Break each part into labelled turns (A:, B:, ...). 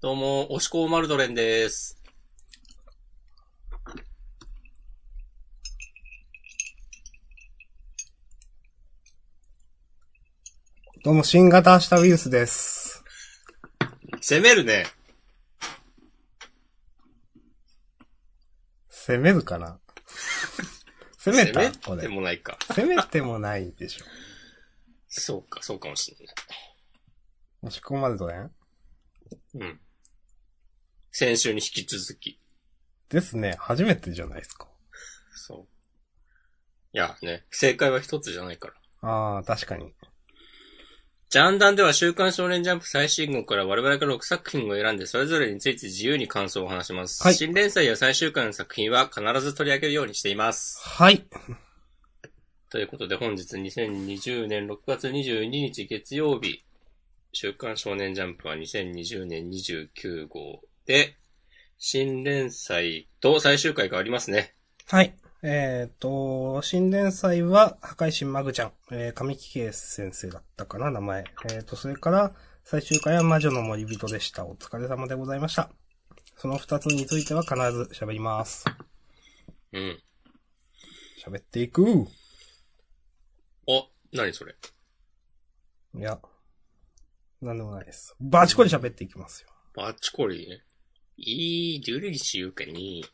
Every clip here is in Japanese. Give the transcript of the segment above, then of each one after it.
A: どうも、おしこマルドレンです。
B: どうも、新型明日ウイルスです。
A: 攻めるね。
B: 攻める かな攻め
A: 攻
B: た
A: め
B: こ
A: て
B: れ。
A: もないか。
B: 攻めてもないでしょ。
A: そうか、そうかもしれない。
B: もし込まれとね。
A: うん。先週に引き続き。
B: ですね。初めてじゃないですか。
A: そう。いや、ね、正解は一つじゃないから。
B: ああ、確かに。
A: ジャンダンでは週刊少年ジャンプ最新号から我々から6作品を選んでそれぞれについて自由に感想を話します。
B: はい
A: 新連載や最終回の作品は必ず取り上げるようにしています。
B: はい。
A: ということで本日2020年6月22日月曜日、週刊少年ジャンプは2020年29号で、新連載と最終回がありますね。
B: はい。えっ、と、新連載は、破壊神マグちゃん、えー、神木圭先生だったかな、名前。えっ、と、それから、最終回は魔女の森人でした。お疲れ様でございました。その二つについては必ず喋ります。
A: うん。
B: 喋っていく。い
A: お、何それ。
B: や、なんでもないです。バチコリ喋っていきますよ。
A: バッチコリーね。いい、ジュリリシ言うかに。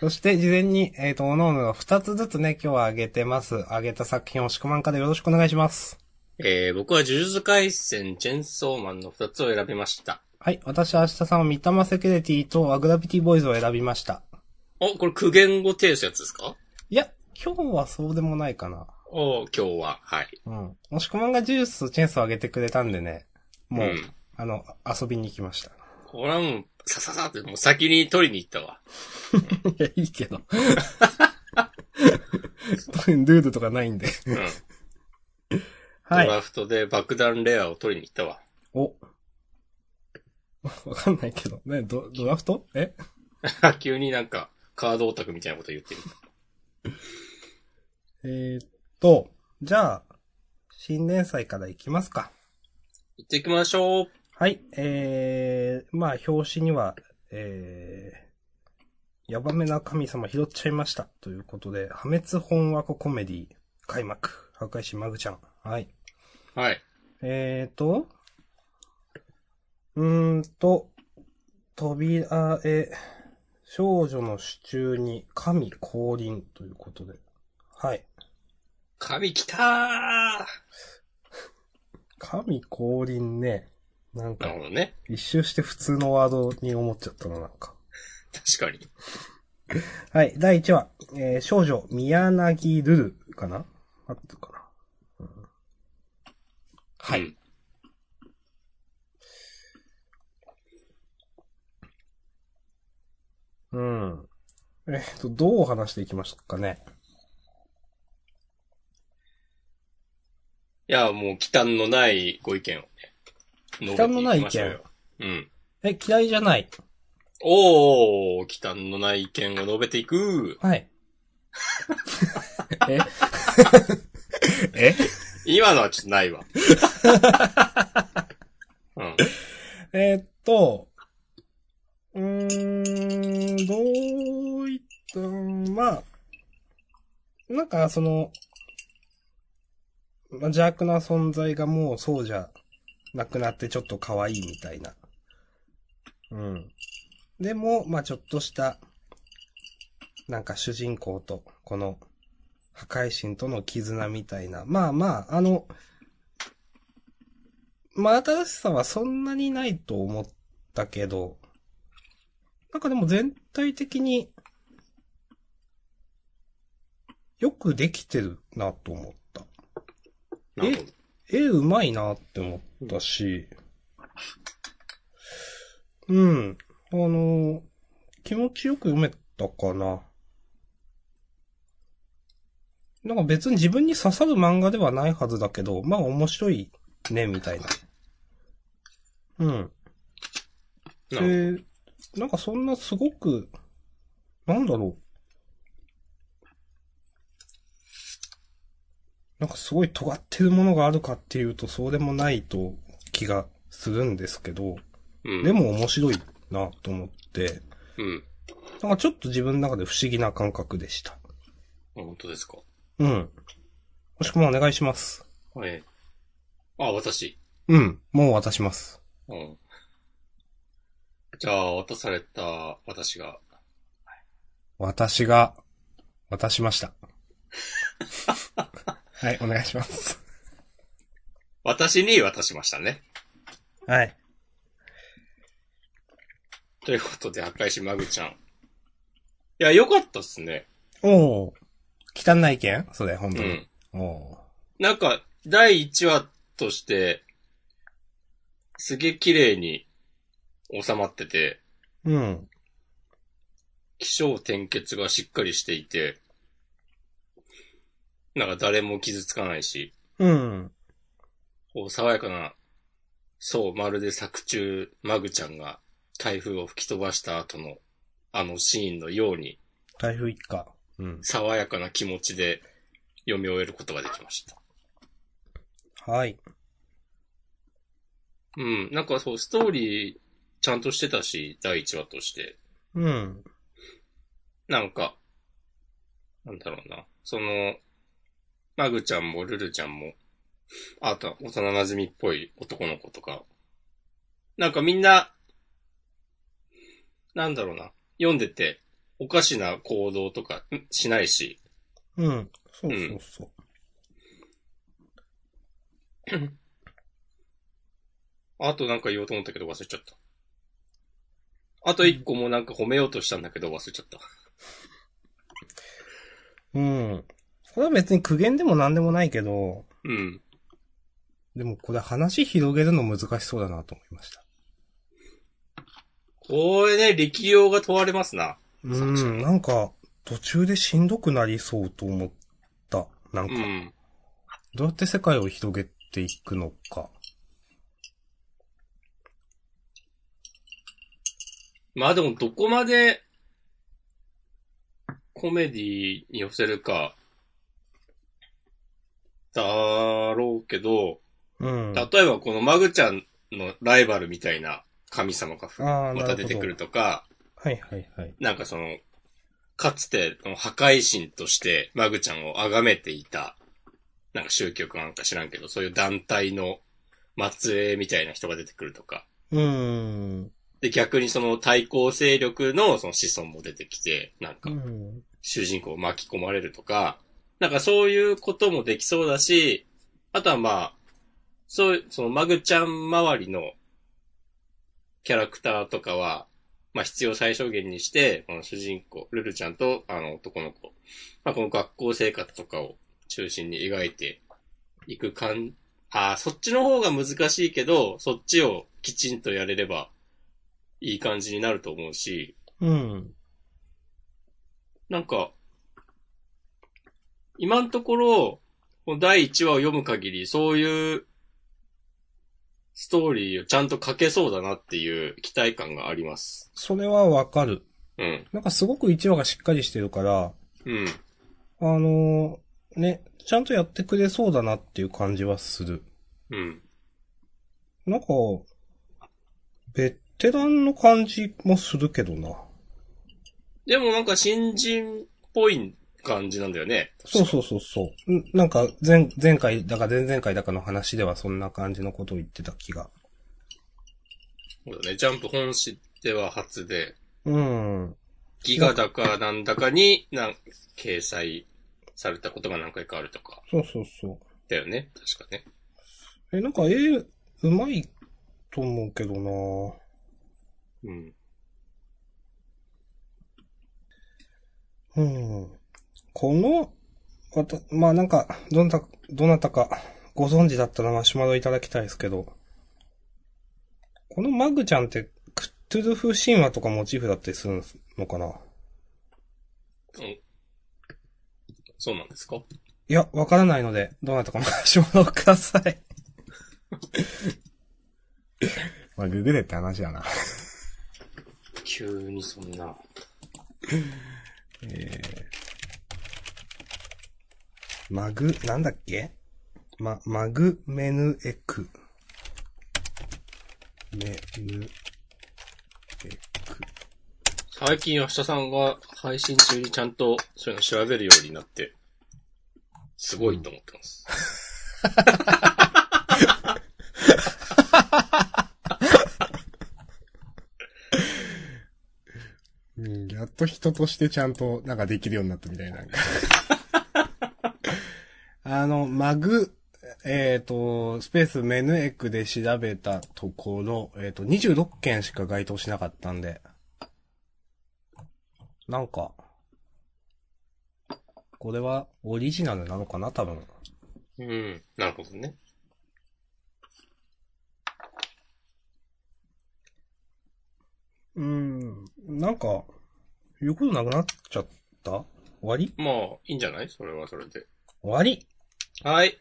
B: そして、事前に、えっ、と、おのおのが二つずつね、今日はあげてます。あげた作品をしくまんかでよろしくお願いします。
A: えー、僕は呪術廻戦、チェンソーマンの2つを選びました。
B: はい。私、明日さんは、三玉セキュリティとアグラビティボーイズを選びました。
A: お、これ苦言語定数やつですか
B: いや、今日はそうでもないかな。
A: お今日は、はい。
B: うん。もしくまんがジュースとチェーンソーをあげてくれたんでね、もう、
A: ん
B: あの、遊びに行きました。
A: これはもう、さささって、もう先に取りに行ったわ。
B: いや、いい けど。特にルールとかない んで。
A: うん。
B: は
A: ド
B: い。
A: ラフトで爆弾レアを取りに行ったわ。
B: お。 わかんないけど。ね、ドドラフトえ
A: 急になんか、カードオタクみたいなこと言ってる。
B: えー、っと、じゃあ、新年祭から行きますか。
A: 行ってきましょう。
B: はい、えー、まあ、表紙には、えー、ヤバめな神様拾っちゃいました。ということで、破滅本枠コメディ、開幕、破壊しマグちゃん。はい。
A: はい。
B: えーと、うーんと、扉へ、少女の手中に神降臨ということで。はい。
A: 神来たー
B: 神降臨ね。なん
A: な
B: か
A: る、ほどね。
B: 一周して普通のワードに思っちゃったな、なんか。
A: 確かに。
B: はい、第1話。えー少女、宮薙ルルかなあったかな、うんはい、
A: うん
B: うん。えっと、どう話していきましたかね
A: いや、もう、忌憚のないご意見をね。
B: 忌憚のない意見
A: 述べていきましょうようん。
B: え、嫌いじゃない。
A: おー、忌憚のない意見を述べていく。
B: はい。 ええ
A: 今のはちょっと ないわ。うん。
B: えーっと、うーん、どういった、まあ、なんかその、まあ、邪悪な存在がもうそうじゃなくなってちょっと可愛いみたいな。うん。でも、まあちょっとした、なんか主人公と、この、破壊神との絆みたいな。まあまあ、あの、まあ、新しさはそんなにないと思ったけど、なんかでも全体的に、よくできてるなと思った。
A: なるほど。
B: 絵うまいなって思ったし、うん、あのー気持ちよく読めたかな。なんか別に自分に刺さる漫画ではないはずだけど、まあ面白いね、みたいな。うん。
A: なるほど
B: で、なんかそんなすごく、なんだろう。なんかすごい尖ってるものがあるかっていうとそうでもないと気がするんですけど、
A: うん。
B: でも面白いなと思って、
A: うん。
B: なんかちょっと自分の中で不思議な感覚でした。
A: あ本当ですか。
B: うん。もしくもお願いします。
A: はい。あ、私。
B: うん。もう渡します。
A: うん。じゃあ、渡された私が、
B: 私が、渡しま した。はい、お願いします。
A: 私に渡しましたね。
B: はい。
A: ということで、赤石まぐちゃん。いや、よかったっすね。
B: おー。汚い意見それ、本
A: う
B: 当
A: ん
B: に。。おー。
A: なんか、第1話として、すげえ綺麗に収まってて、
B: うん。
A: 気象転結がしっかりしていて、なんか誰も傷つかないし、
B: うん。
A: こう爽やかな、そう、まるで作中、マグちゃんが台風を吹き飛ばした後の、あのシーンのように、
B: 台風一過。うん。
A: 爽やかな気持ちで読み終えることができました。
B: はい。
A: うん、なんかそう、ストーリーちゃんとしてたし、第1話として。
B: うん。
A: なんか、なんだろうな。その、マグちゃんもルルちゃんも、あとは幼馴染っぽい男の子とか、なんかみんな、なんだろうな。読んでて、おかしな行動とかんしないし、
B: うん。そうそうそう。
A: あとなんか言おうと思ったけど忘れちゃった。あと一個もなんか褒めようとしたんだけど忘れちゃった。
B: うん。これは別に苦言でも何でもないけど、
A: うん。
B: でもこれ話広げるの難しそうだなと思いました。
A: これね、力量が問われますな。
B: うん、なんか、途中でしんどくなりそうと思った。なん
A: う
B: か、
A: ん。
B: どうやって世界を広げていくのか。
A: まあでもどこまでコメディに寄せるか、だろうけど、
B: うん。
A: 例えばこのマグちゃんのライバルみたいな神様が
B: あー
A: また出てくる。とか、
B: なるほどはいはいはい。
A: なんかその、かつての破壊神としてマグちゃんを崇めていた、なんか宗教かなんか知らんけど、そういう団体の末裔みたいな人が出てくるとか、
B: うん。
A: で、逆にその対抗勢力のその子孫も出てきて、なん
B: う
A: か、
B: ん。
A: 主人公を巻き込まれるとか、なんかそういうこともできそうだし、あとはまあ、そういう、そのマグちゃん周りのキャラクターとかは、まあ必要最小限にして、この主人公、ルルちゃんとあの男の子、まあこの学校生活とかを中心に描いていく感、ああ、そっちの方が難しいけど、そっちをきちんとやれればいい感じになると思うし、
B: うん。
A: なんか、今のところ、この第1話を読む限り、そういうストーリーをちゃんと書けそうだなっていう期待感があります。
B: それはわかる。
A: うん。
B: なんかすごく1話がしっかりしてるから、
A: うん。
B: あのーね、ちゃんとやってくれそうだなっていう感じはする。
A: うん。
B: なんか、ベテランの感じもするけどな。
A: でもなんか新人っぽい感じなんだよね。
B: そうそうそうそう。んなんか、前、前回だか前々回だかの話ではそんな感じのことを言ってた気が。
A: そうだね。ジャンプ本誌では初で、
B: うん。
A: ギガだかなんだかに、なん、掲載されたことが何回かあるとか、
B: そうそうそ
A: だよね。確かね。
B: う。え、なんか、えーうまいと思うけどな
A: うん。
B: うん。この、また、まあなんか、どなた、どなたかご存知だったらマシュマロいただきたいですけど、このマグちゃんってクットゥルフ神話とかモチーフだったりするのかな
A: そうなんですか
B: いや、わからないので、どなたかマシュマロください。 まあ、ググれって話だな。
A: 急にそんな。
B: えーマグ、なんだっけま、マグメヌエク。メヌテック。
A: 最近、明日さんが配信中にちゃんとそういうの調べるようになって、すごいと思ってます。
B: うん、やっと人としてちゃんと、なんかできるようになったみた いな。なんかあの、マグ、えっ、と、スペースメヌエクで調べたところ、えっ、と、26件しか該当しなかったんで。なんか、これはオリジナルなのかな多分。
A: うん。なるほどね。
B: うん、なんか、言うことなくなっちゃった終わり
A: まあ、いいんじゃないそれはそれで。
B: 終わり
A: はい。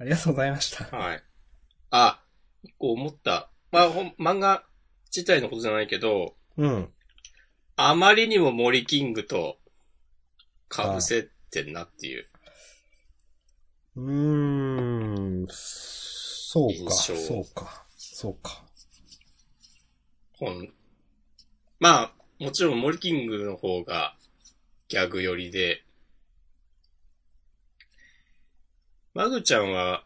B: ありがとうございました。
A: はい。あ、一個思った。まあ、ほん漫画自体のことじゃないけど、
B: うん。
A: あまりにも森キングと被せてんなっていう
B: うーん、そうか、
A: 印象
B: そうか、そうか。
A: 本。まあ、もちろん森キングの方がギャグ寄りで、マグちゃんは、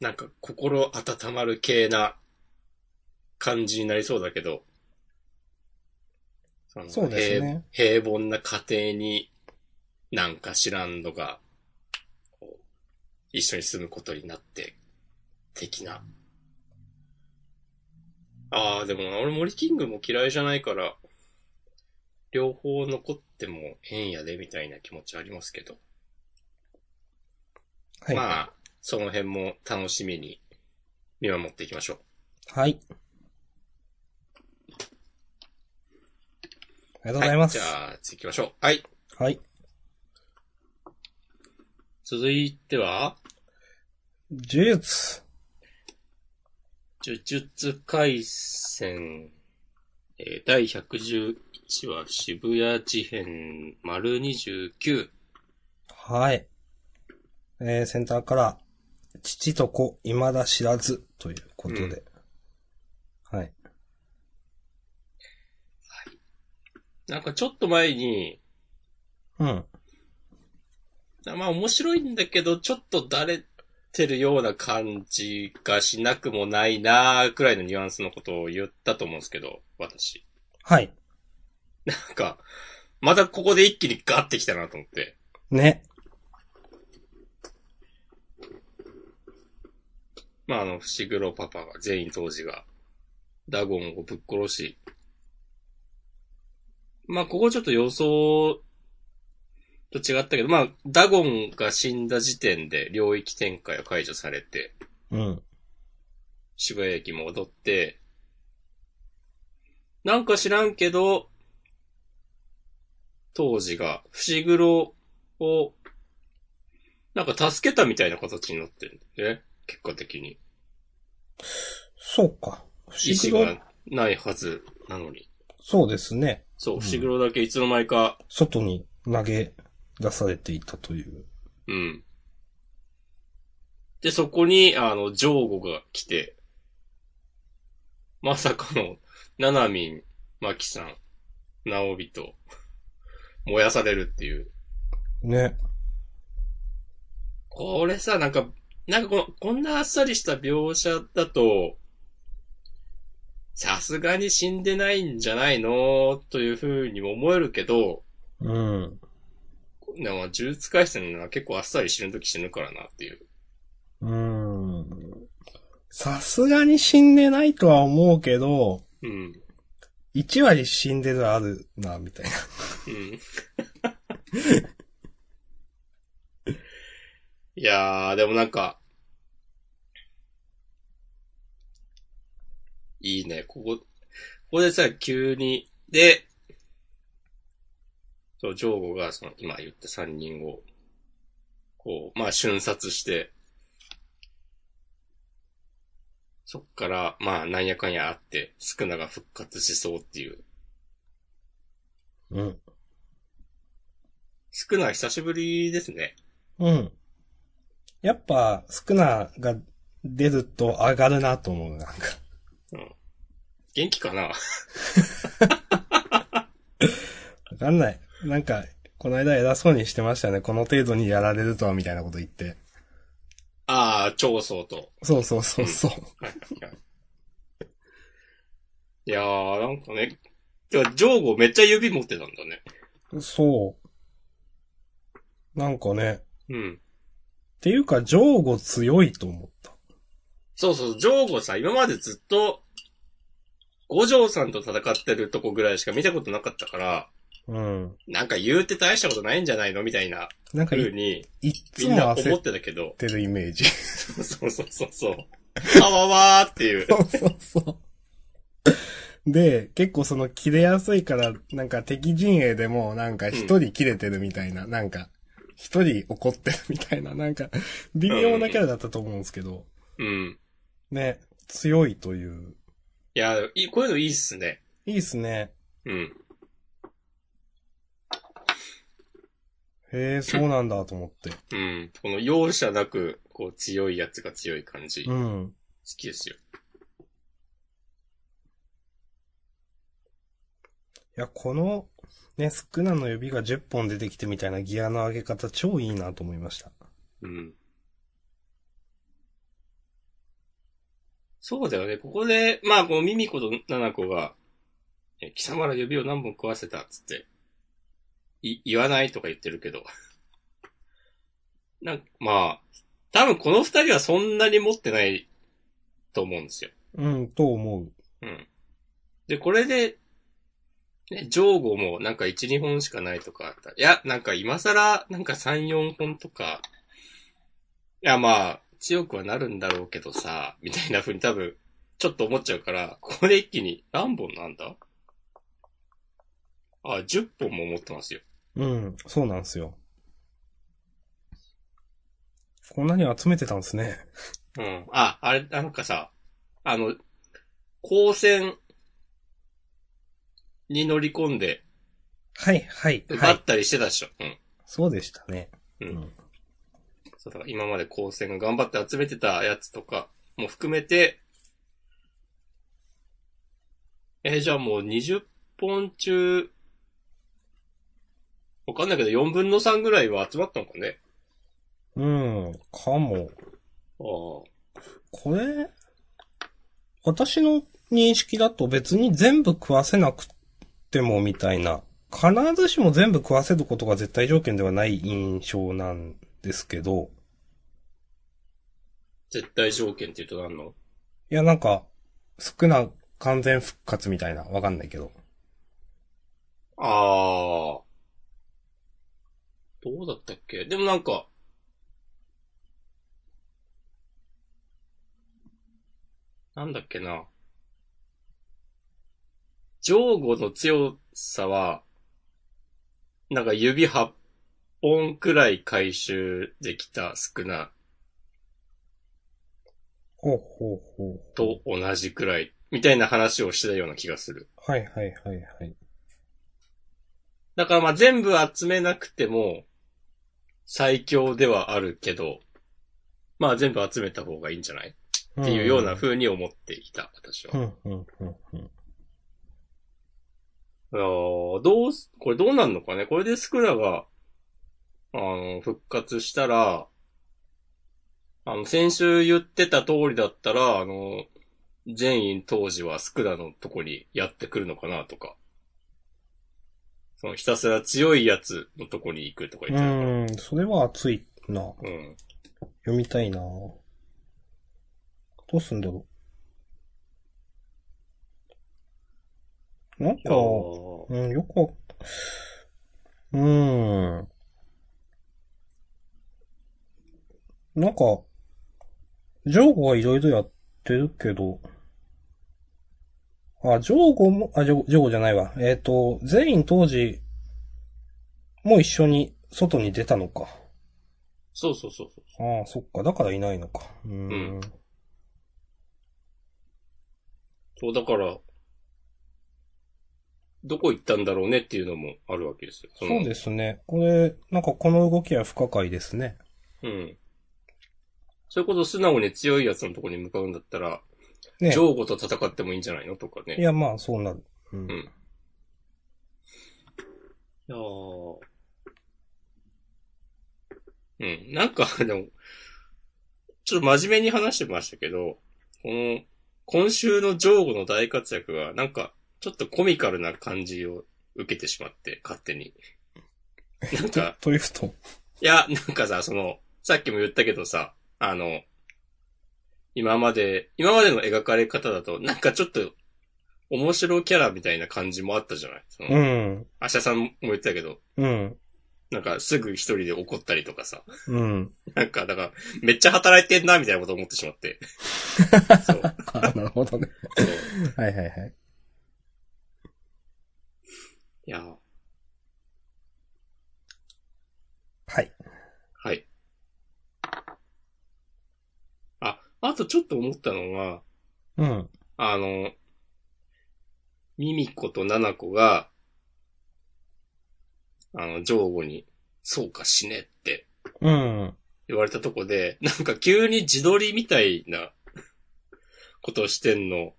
A: なんか心温まる系な感じになりそうだけど、その
B: そうですね
A: 平平凡な家庭になんか知らんのが、こう一緒に住むことになって、的な。ああ、でもな、俺森キングも嫌いじゃないから、両方残ってもええんやで、みたいな気持ちありますけど。
B: はい。
A: まあ、その辺も楽しみに見守っていきましょう。
B: はい。ありがとうございます。
A: は
B: はい
A: じゃあ、次行きましょう。はい。
B: い。
A: 続いては、
B: 呪術。
A: 呪術回戦、えー第111話渋谷事変丸29。
B: はい。えー、センターから、父と子、未だ知らず、ということで。はい。
A: なんかちょっと前に、
B: うん。
A: まあ面白いんだけど、ちょっとだれてるような感じがしなくもないなーくらいのニュアンスのことを言ったと思うんですけど、私。
B: はい。
A: なんか、またここで一気にガッてきたなと思って。
B: ね。
A: まああの、伏黒パパが、全員当時が、ダゴンをぶっ殺し、まあここちょっと予想と違ったけど、まあダゴンが死んだ時点で領域展開は解除されて、
B: うん。
A: 渋谷駅戻って、なんか知らんけど、当時が、伏黒を、なんか助けたみたいな形になってるんだよね。結果的に。
B: そうか。
A: 意
B: 伏
A: 志
B: 黒
A: がないはずなのに。
B: そうですね。
A: そうう、
B: ん
A: 伏黒だけいつの間にか、
B: 外に投げ出されていたという。
A: うん。で、そこに、あの、ジョーゴが来て、まさかの、ナナミン、マキさん、ナオビと、燃やされるっていう。
B: ね。
A: これさ、なんか、なんかこの、こんなあっさりした描写だと、さすがに死んでないんじゃないのというふうにも思えるけど、
B: うん。
A: でもまあ、呪術回戦は結構あっさり死ぬとき死ぬからなっていう。
B: うん。さすがに死んでないとは思うけど、
A: うん。
B: 1割死んでるあるな、みたいな。
A: うん。 いやー、でもなんか、いいね、ここ、ここでさ、急に、で、そう、ジョーゴが、その、今言った3人を、こう、まあ、瞬殺して、そっから、まあ、なんやかんやあって、スクナが復活しそうっていう。
B: うん。
A: スクナ久しぶりですね。
B: うん。やっぱ、スクナが出ると上がるなと思う、なんか。
A: 元気かな
B: わかんない。なんか、この間偉そうにしてましたよね。この程度にやられるとは、みたいなこと言って。
A: ああ、長宗と。
B: そうそうそうそう。
A: いやー、なんかね、てか、ジョーゴめっちゃ指持ってたんだね。
B: そう。なんかね、
A: うん。
B: っていうか、ジョーゴ強いと思った。
A: そうそう、ジョーゴさ、今までずっと、五条さんと戦ってるとこぐらいしか見たことなかったから、
B: うん。
A: なんか言うて大したことないんじゃないのみたいな
B: なんかい、
A: 風に、
B: いっつ
A: み
B: も
A: んな思
B: 焦っ
A: ってたけど、
B: てるイメージ。
A: そうそうそうそう。あわわーっていう。
B: そうそうそう。で、結構その切れやすいから、なんか敵陣営でもなんか一人切れてるみたいな、なんか、一人怒ってるみたいな、なんか、微妙なキャラだったと思うんですけど、
A: うん。
B: ね、強いという。
A: いや、いいこういうのいいっすね。
B: いいっすね。
A: うん。
B: へえ、そうなんだと思って。
A: うん。この容赦なく、こう強いやつが強い感じ、
B: う
A: 好
B: ん。
A: きですよ。
B: いや、この、ね、スクナの指が10本出てきてみたいなギアの上げ方超いいなと思いました。
A: うん。そうだよね。ここで、まあ、こう、ミミコとナナコが、え貴様ら指を何本食わせたっつって、い、言わないとか言ってるけど。なんか、まあ、多分この二人はそんなに持ってないと思うんですよ。
B: うん、と思う。
A: うん。で、これで、ね、ジョーゴもなんか1、2本しかないとかあった。いや、なんか今更、なんか3、4本とか、いや、まあ、強くはなるんだろうけどさ、みたいな風に多分、ちょっと思っちゃうから、ここで一気に何本なんだあ、10本も持ってますよ。
B: うん、そうなんですよ。こんなに集めてたんですね。
A: うん。あ、あれ、なんかさ、あの、光線に乗り込んで、
B: はい、はい、は
A: 奪
B: い
A: っ。たりしてたでしょ。うん。
B: そうでしたね。
A: うん
B: うん
A: そうだから今まで高専が頑張って集めてたやつとかも含めて、えーじゃあもう20本中、わかんないけど4分の3ぐらいは集まったのかね。
B: うん、かも。
A: ああ。
B: これ、私の認識だと別に全部食わせなくてもみたいな。必ずしも全部食わせることが絶対条件ではない印象なんですけど。
A: 絶対条件って言うと何の
B: いや、なんか、少な完全復活みたいな。わかんないけど。
A: ああ。どうだったっけでもなんか、なんだっけな。ジョーゴの強さは、なんか指8本くらい回収できた少な
B: ほうほうほう。
A: と同じくらい、みたいな話をしてたような気がする。
B: はいはいはいはい。
A: だからまあ全部集めなくても、最強ではあるけど、まあ全部集めた方がいいんじゃないっていうような風に思っていた、私は。
B: う
A: あ
B: んうんうんうん。
A: ーどうす、これどうなんのかねこれでスクラが、あの、復活したら、あの、先週言ってた通りだったら、あの、全員当時はスクラのとこにやってくるのかなとか。そのひたすら強いやつのとこに行くとか言ってたから
B: うん、それは熱いな。
A: うん。
B: 読みたいな。どうすんだろう。なんか、
A: あ
B: うん、よくわ、うん。なんか、ジョーゴはいろいろやってるけど、あ、ジョーゴも、あ、ジョジョーゴじゃないわ。えっ、と、全員当時、もう一緒に外に出たのか。
A: そうそうそうそう。
B: ああ、そっか。だからいないのか。うーん。
A: そう、だから、どこ行ったんだろうねっていうのもあるわけですよ。そ
B: そう
A: の
B: ですね。これ、なんかこの動きは不可解ですね。
A: うん。それこそ素直に強いやつのとこに向かうんだったら、
B: ね
A: ジョーゴと戦ってもいいんじゃないのとかね。
B: いや、まあ、そうなる。うん
A: んいやーうん。なんか、 でも、ちょっと真面目に話してましたけど、この、今週のジョーゴの大活躍が、なんか、ちょっとコミカルな感じを受けてしまって、勝手 に。なんか、
B: というと、
A: いや、なんかさ、その、さっきも言ったけどさ、あの、今まで、今までの描かれ方だと、なんかちょっと、面白キャラみたいな感じもあったじゃないその、
B: うん、
A: アシャさんも言ってたけど、
B: うん、
A: なんかすぐ一人で怒ったりとかさ、
B: うん。
A: なんか、だから、めっちゃ働いてんな、みたいなこと思ってしま って。そう。そう
B: あ なるほどね。はいはいはい。
A: いや、
B: はい。
A: はい。あ、あとちょっと思ったのが、
B: うん。
A: あの、ミミコとナナコが、あの、ジョーゴに、そうか死ねって
B: うん。
A: 言われたとこで、なんか急に自撮りみたいなことをしてんの。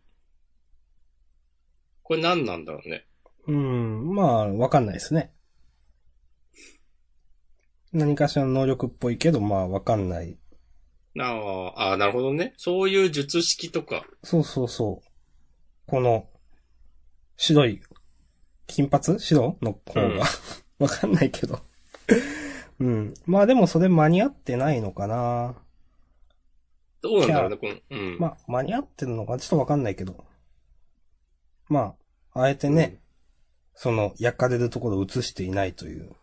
A: これ何なんだろうね。
B: うん。まあ、わかんないですね。何かしらの能力っぽいけど、まあ、わかんない。
A: なああ、なるほどね。そういう術式とか。
B: そうそうそう。この、白い、金髪白の方が、
A: うん
B: わかんないけど。うん。まあでもそれ間に合ってないのかな。
A: どうなんだろうね、この、うん。
B: まあ、間に合ってるのかちょっとわかんないけど。まあ、あえてね、
A: うん
B: その、焼かれるところを映していないという。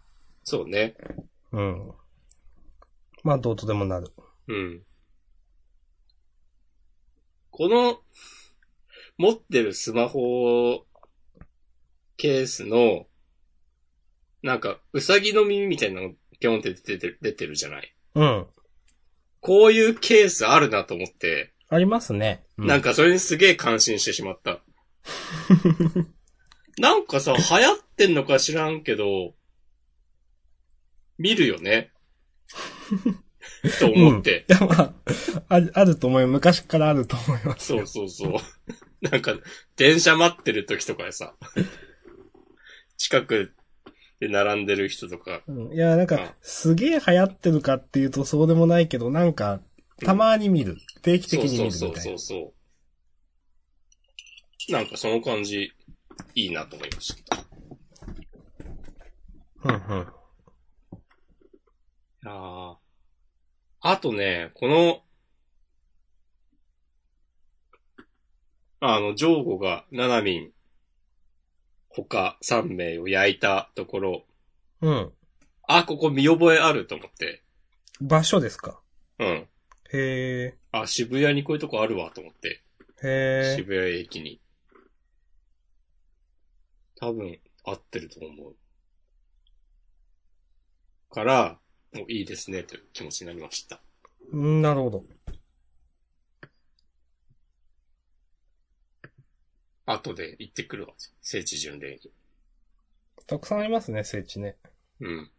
A: そうね。
B: うん。まあ、どうとでもなる。
A: うん。この、持ってるスマホケースの、なんか、うさぎの耳みたいなのがピョンって出てる、出てるじゃない。
B: うん。
A: こういうケースあるなと思って、
B: ありますね。
A: なんかそれにすげえ感心してしま った。なんかさ、流行ってんのか知らんけど、見るよ ね。と思って。
B: いや、まあ、ああると思い、昔からあると思います。
A: そうそうそう。なんか、電車待ってる時とかでさ、近くで並んでる人とか、
B: うん、いや、なん
A: うん
B: か、すげえ流行ってるかっていうとそうでもないけど、なんか、たまに見る。定期
A: そう
B: 的に見る
A: そう
B: みた
A: そ
B: いうな。
A: そうそう。なんかその感じ、いいなと思いました。い
B: うんうん。
A: やーあとね、この、あの、ジョーゴがナナミン、他3名を焼いたところ、
B: うん。
A: あ、ここ見覚えあると思って、
B: 場所ですか
A: うん。
B: へ
A: あ、渋谷にこういうとこあるわと思って。
B: え、へえ。
A: 渋谷駅に。多分、合ってると思う。から、もういいですね、という気持ちになりました。
B: うんなるほど。
A: 後で行ってくるわ。聖地巡礼に。
B: たくさんありますね、聖地ね。
A: うん。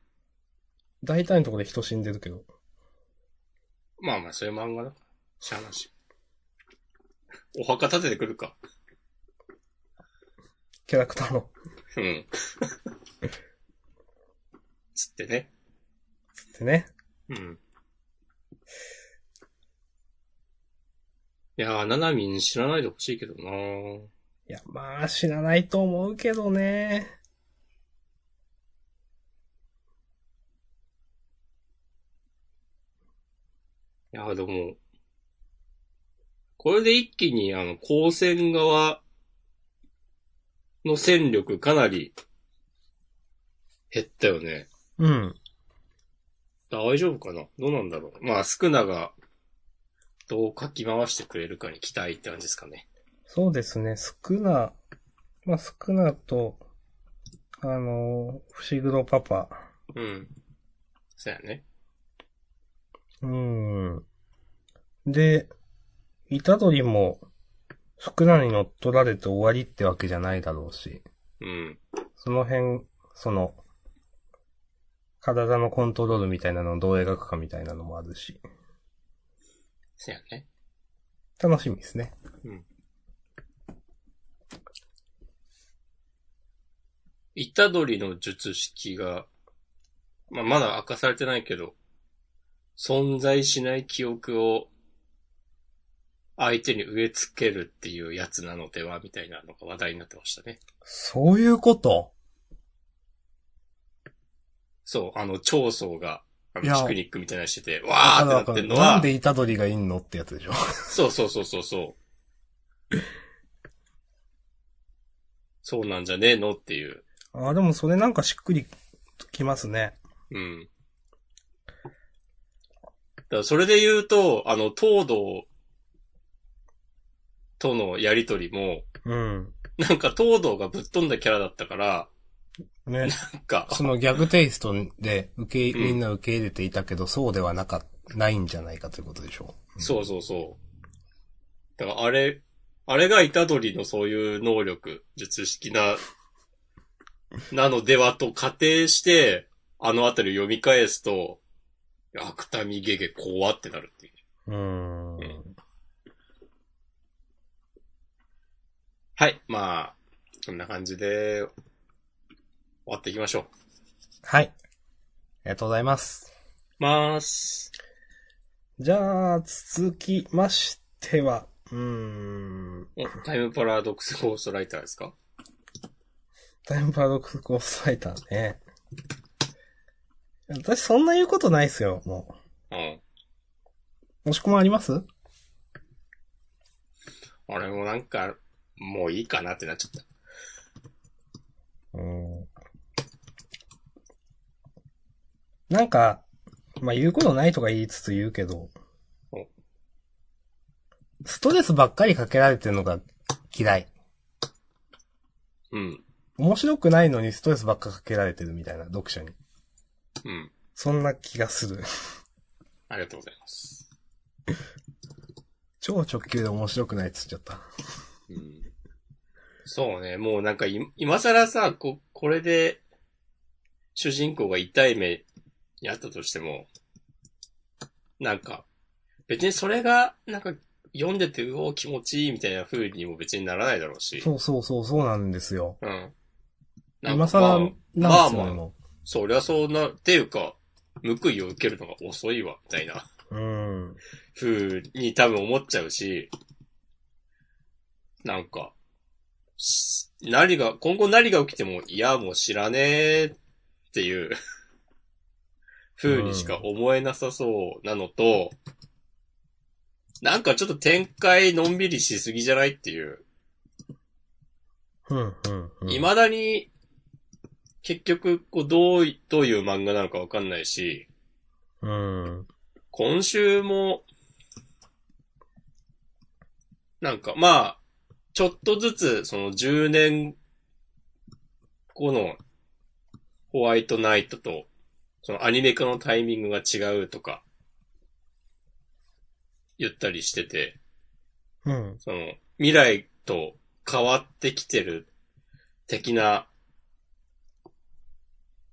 B: 大体のところで人死んでるけど。
A: まあまあ、そういう漫画だから。しゃあなし。お墓建ててくるか。
B: キャラクターの。
A: うん。 つってね。
B: ってね。
A: うん。いやー、ななみん知らないでほしいけどなー
B: いや、まあ、知らないと思うけどね。
A: いやー、でも、これで一気に、あの、光線側の戦力かなり減ったよね。
B: うん。
A: 大丈夫かなどうなんだろう。まあ、スクナが、どうかき回してくれるかに期待って感じですかね。
B: そうですね、少な、まあ、少なと、あのー、伏黒パパ。
A: うん。そうやね。
B: うん。で、イタドリも、少なに乗っ取られて終わりってわけじゃないだろうし、
A: うん。
B: その辺、その、体のコントロールみたいなのをどう描くかみたいなのもあるし。
A: そうやね。
B: 楽しみですね。
A: イタドリの術式が、まあ、まだ明かされてないけど、存在しない記憶を相手に植え付けるっていうやつなのでは、みたいなのが話題になってましたね。
B: そういうこと
A: そう、あの、長宗が、あ
B: いや
A: の、ピクニックみたいなのしてて、わーってなってんの
B: なん
A: は、
B: でイタドリがいんのってやつでしょ。
A: そうそうそうそうそう。そうなんじゃねえのっていう。
B: あ、でもそれなんかしっくりきますね。
A: うん。だからそれで言うと、あの、東堂とのやりとりも、
B: うん。
A: なんか東堂がぶっ飛んだキャラだったから、
B: ね。
A: なんか、
B: そのギャグテイストで受け、
A: うん
B: みんな受け入れていたけど、そうではなか、ないんじゃないかということでしょう。
A: そうそうそう。だからあれ、あれがイタドリのそういう能力、術式な、 なのではと仮定して、あのあたりを読み返すと、いや芥見ゲゲ怖ってなるっていう。
B: うーん。
A: はい。まあ、そんな感じで、終わっていきましょう。
B: はい。ありがとうございます。
A: まーす。
B: じゃあ、続きましては、うーん。
A: おタイムパラドックスゴーストライターですか
B: タイムパラドックスコースライターね。私そんな言うことないっすよ、も
A: うん。
B: う。もしこもあります
A: 俺もなんか、もういいかなってなっちゃった。
B: うん。なんか、まあ、言うことないとか言いつつ言うけど
A: お、
B: ストレスばっかりかけられてるのが嫌い。
A: うん。
B: 面白くないのにストレスばっかかけられてるみたいな、読者に。
A: うん。
B: そんな気がする。
A: ありがとうございます。
B: 超直球で面白くないっつっちゃった。
A: うん。そうね、もうなんかい、今更さ、こ、これで、主人公が痛い目にあったとしても、なんか、別にそれが、なんか、読んでて、うお、気持ちいいみたいな風にも別にならないだろうし。
B: そうそうそう、そうなんですよ。
A: うん。なん
B: 今
A: か
B: 更な
A: ま
B: んですよ、
A: まあまあ
B: でも
A: あそりゃそうな、っていうか、報いを受けるのが遅いわ、みたいな、
B: うん。
A: 風に多分思っちゃうし、なんか、し何が、今後何が起きても、いや、もう知らねえっていう、風にしか思えなさそうなのと、なんかちょっと展開のんびりしすぎじゃないっていう。
B: うん、うん、うん。
A: 未だに、結局、こう、どうい、どういう漫画なのかわかんないし、
B: うん。
A: 今週も、なんか、まあ、ちょっとずつ、その10年後のホワイトナイトと、そのアニメ化のタイミングが違うとか、言ったりしてて、
B: うん。
A: その、未来と変わってきてる的な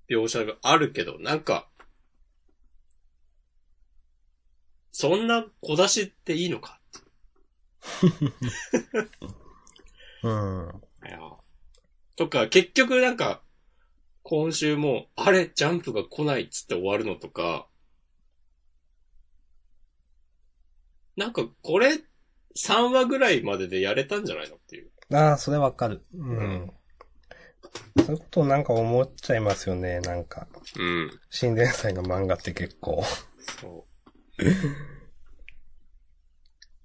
A: 描写があるけど、なんか、そんな小出しっていいのか
B: うん。
A: とか、結局なんか、今週も、あれ、ジャンプが来ないっつって終わるのとか、なんかこれ、3話ぐらいまででやれたんじゃないのっていう。
B: ああ、それわかる。うん。
A: うん
B: そういうことなんか思っちゃいますよね、なんか。
A: うん。
B: 新連載の漫画って結構。
A: そう。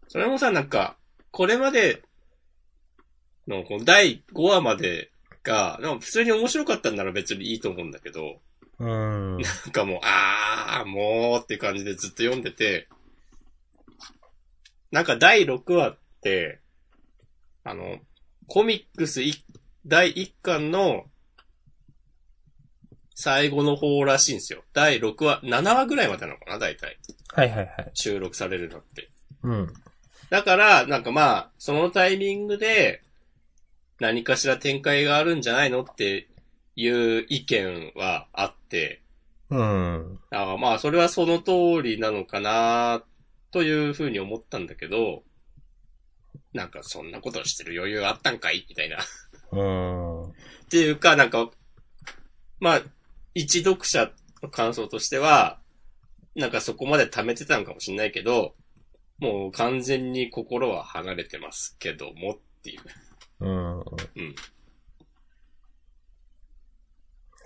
A: それもさ、なんか、これまでの、この第5話までが、なんか普通に面白かったんなら別にいいと思うんだけど、
B: う
A: な
B: ん。
A: んかもう、あー、もうっていう感じでずっと読んでて、なんか第6話って、あの、コミックスい第1巻の最後の方らしいんですよ。第6話、7話ぐらいまでなのかな、大体。
B: はいはいはい。
A: 収録されるのって。
B: うん。
A: だから、なんかまあ、そのタイミングで、何かしら展開があるんじゃないのっていう意見はあって、
B: うん。
A: だからまあ、それはその通りなのかな、というふうに思ったんだけど、なんかそんなことしてる余裕あったんかいみたいな。っ
B: うん。
A: ていうか、なんか、まあ、一読者の感想としては、なんかそこまで溜めてたのかもしれないけど、もう完全に心は離れてますけどもっていう。
B: うん。
A: ん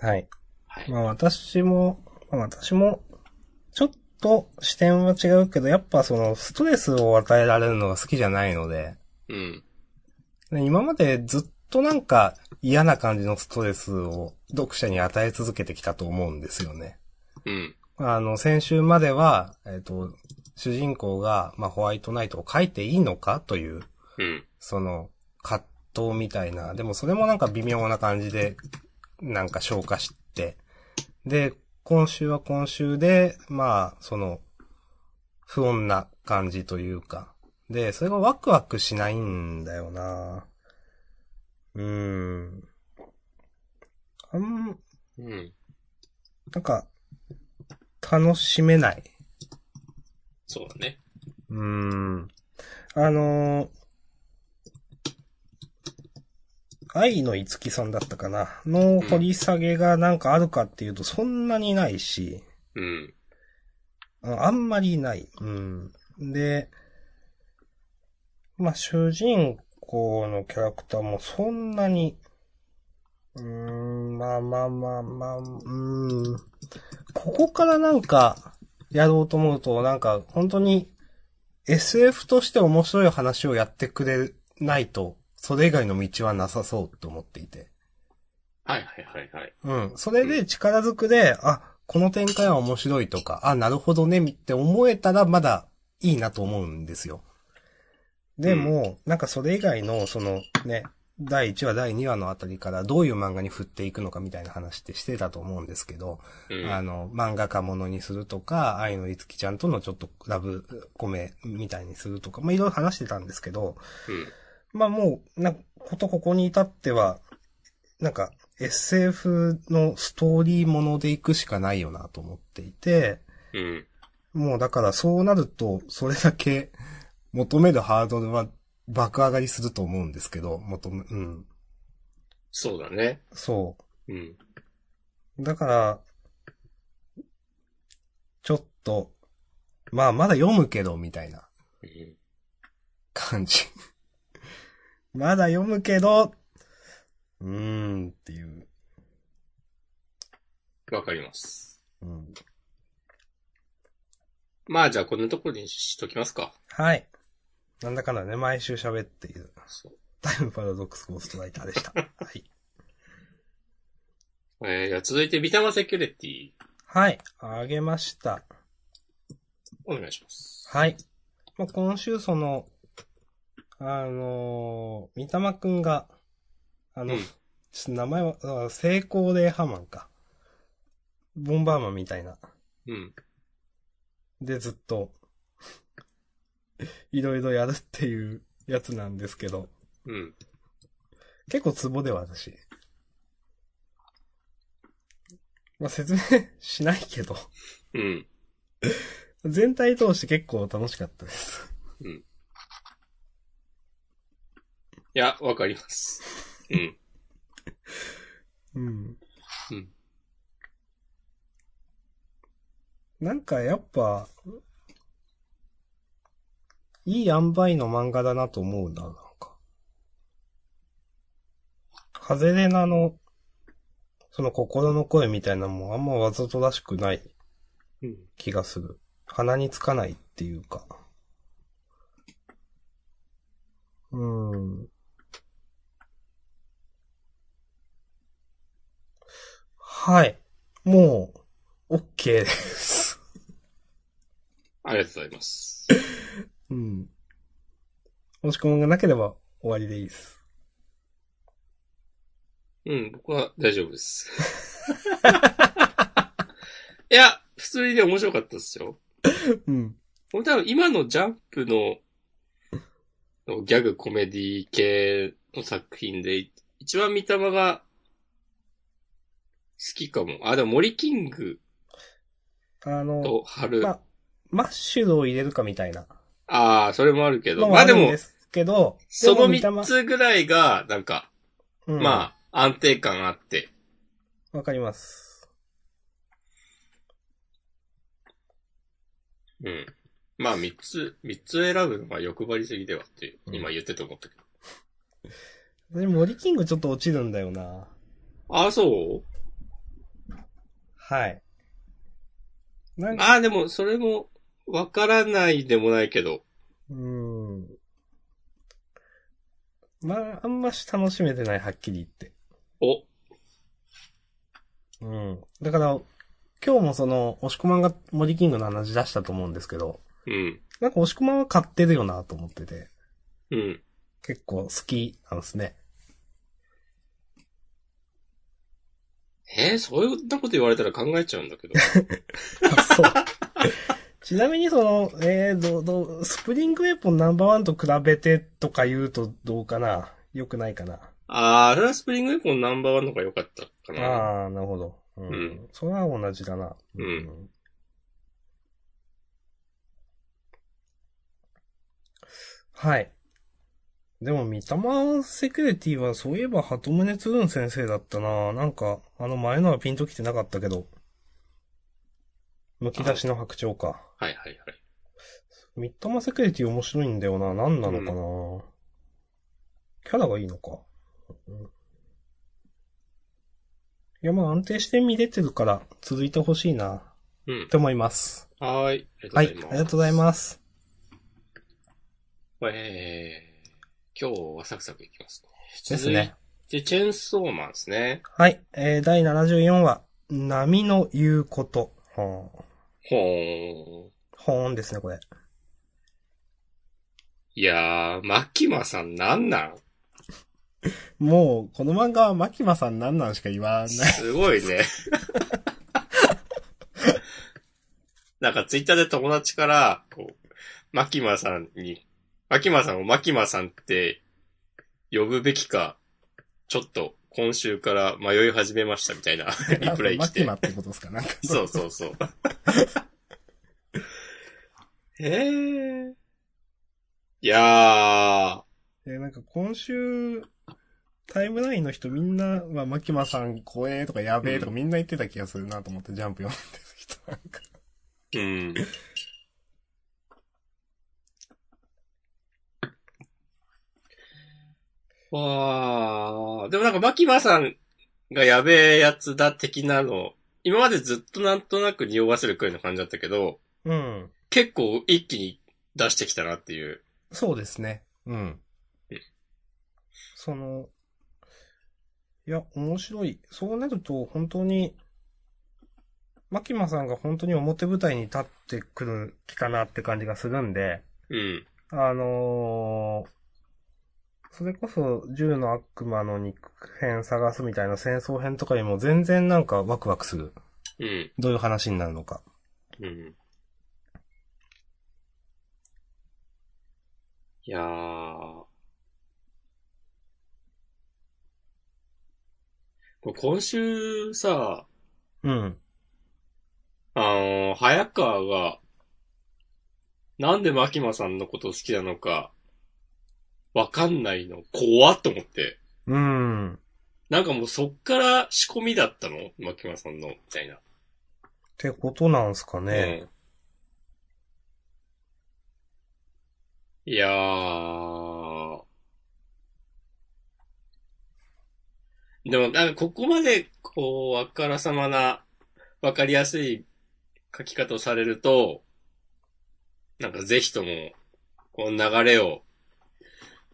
B: はい。
A: はい。
B: まあ私も、まあ私も、ちょっと視点は違うけど、やっぱそのストレスを与えられるのが好きじゃないので、
A: うん。
B: で今までずっとなんか嫌な感じのストレスを読者に与え続けてきたと思うんですよね。
A: うん。
B: あの、先週までは、えっ、と、主人公が、まあ、ホワイトナイトを書いていいのかという、
A: うん。
B: その、葛藤みたいな、でもそれもなんか微妙な感じで、なんか消化して、で、今週は今週で、まあ、その、不穏な感じというか、で、それがワクワクしないんだよなうーん。あん、
A: うん。
B: なんか、楽しめない。
A: そうだね。
B: うーん。あのー愛のいつきさんだったかなの掘り下げがなんかあるかっていうとそんなにないし、
A: うん。
B: ああんまりない。うん。で、まあ、主人公のキャラクターもそんなに、うーん、まあまあまあまあ、うーん。ここからなんか、やろうと思うと、なんか、本当に、SF として面白い話をやってくれないと、それ以外の道はなさそうと思っていて。
A: はいはいはいはい。
B: うん。それで力ずくで、あ、この展開は面白いとか、あ、なるほどね、みって思えたらまだいいなと思うんですよ。でも、なんかそれ以外の、そのね、第1話、第2話のあたりからどういう漫画に振っていくのかみたいな話ってしてたと思うんですけど、
A: うん。
B: あの、漫画家ものにするとか、愛のいつきちゃんとのちょっとラブコメみたいにするとか、まあいろいろ話してたんですけど、
A: うん。
B: まあもう、なんか、ことここに至っては、なんか、SF のストーリーもので行くしかないよなと思っていて、
A: うん。
B: もうだからそうなると、それだけ求めるハードルは爆上がりすると思うんですけど、求め、うん。
A: そうだね。
B: そ
A: うん。
B: う。だから、ちょっと、まあまだ読むけど、みたいな
A: うん
B: 感じ。 まだ読むけど、うーんっていう。
A: わかります。
B: うん
A: まあじゃあこんなところにしときますか。
B: はい。なんだかんだね、毎週喋っている。
A: そう
B: タイムパラドックスゴーストライター でした。はい。
A: えー、じゃあ続いてビタマセキュリティ、
B: はい。あげました。
A: お願いします。
B: はい。まあ、今週その、あのー、三玉くんが、あの、
A: うん
B: ちょっと名前は、あ成功霊ハマンか。ボンバーマンみたいな。
A: うん。
B: で、ずっと、いろいろやるっていうやつなんですけど、
A: うん。
B: 結構ツボで私。まあ、説明しないけど、
A: うん。
B: 全体通して結構楽しかったです。
A: いや、わかります。うん。
B: うん。
A: うん。
B: なんかやっぱ、いい塩梅の漫画だなと思うな、なんか。ハゼレナの、その心の声みたいなのもあんまわざとらしくない
A: うん。
B: 気がする。鼻につかないっていうか。うーん。はい。もう、OK です。
A: ありがとうございます。
B: うん。押し込みがなければ終わりでいいです。
A: うん、僕は大丈夫です。いや、普通にね、面白かったですよ。
B: うん。
A: 僕多分今のジャンプの、のギャグコメディ系の作品で、一番三玉が好きかも。あ、でも森キング
B: あの、
A: と春。
B: まあ、マッシュルを入れるかみたいな。
A: ああ、それもあるけど。
B: の
A: まあで
B: るん
A: も
B: で、すけど、
A: その
B: でも三
A: 3
B: 笘
A: つぐらいが、なんか、
B: うん、
A: まあ、安定感あって、
B: あ。わかります。
A: うん。まあ、3つ、三つ選ぶのが欲張りすぎではって、
B: うん
A: 今言ってて思ったけど。
B: でも、森キングちょっと落ちるんだよな。
A: ああ、そう
B: はい。なんか、
A: ああ、でも、それも、わからないでもないけど、
B: うーん。まあ、あんまし楽しめてない、はっきり言って。
A: お、
B: うん。だから、今日もその、押し込まんが森キングの話出したと思うんですけど、
A: うん、
B: なんか押し込まんは買ってるよなと思ってて、
A: うん。
B: 結構好きなんですね。
A: えー、そういうこと言われたら考えちゃうんだけど。
B: あそう。ちなみにその、えー、どう、どう、スプリングウェポンナンバーワンと比べてとか言うとどうかな良くないかな。
A: ああ、あれはスプリングウェポンナンバーワンの方が良かったかな。
B: ああ、なるほど。うん。
A: うん
B: それは同じだな。
A: うん
B: はい。でも、三玉セキュリティは、そういえば、鳩宗つるん先生だったななんか、あの前のはピンときてなかったけど。むき出しの白鳥か。
A: はいはいはい。
B: 三玉セキュリティ面白いんだよな。何なのかな、キャラがいいのか。うんいや、まあ安定して見れてるから続いてほしいな、
A: うん
B: っ。て思います。
A: はーい。あ
B: は
A: り
B: い
A: がとうござい、ます。
B: ありがとうございます。
A: えー、今日はサクサクいきますね。
B: ですね。
A: 続いて、チェーンソーマンですね。
B: はい、えー、第74話、波の言うこと。ほー
A: ほ
B: ん。
A: ーん。
B: ほーんですね、これ。
A: いやー、マキマさんなんなん
B: もう、この漫画は牧間さんなんなんしか言わない。
A: すごいね。 なんかツイッターで友達から、こう、マキマさんに、マキマさんをマキマさんって呼ぶべきか、ちょっと今週から迷い始めましたみたいなリプライ来
B: 牧
A: て
B: 間。ってことですかなんか。
A: そうそうそう。 へえ。いやー、
B: えーなんか今週、タイムラインの人みんなは、マキマさん怖えとかやべえとかみんな言ってた気がするなと思って、ジャンプ読んでる人なんか。
A: うん。 わあ、でもなんか、マキマさんがやべえやつだ的なの、今までずっとなんとなく匂わせるくらいの感じだったけど、
B: うん。
A: 結構一気に出してきたなっていう。
B: そうですね。うん
A: うん。
B: その、いや、面白い。そうなると、本当に、マキマさんが本当に表舞台に立ってくる気かなって感じがするんで、
A: うん。
B: あのーそれこそ、銃の悪魔の肉片探すみたいな戦争編とかにも全然なんかワクワクする。
A: うん。
B: どういう話になるのか。
A: うん。いやー。これ今週さ、
B: うん。
A: あの、早川が、なんで牧間さんのこと好きなのか、わかんないの、怖っと思って。
B: うん。
A: なんかもうそっから仕込みだったの牧間さんの、みたいな。
B: ってことなんすかね。
A: うん。いやー。でも、なんかここまで、こう、あからさまな、わかりやすい書き方をされると、なんかぜひとも、この流れを、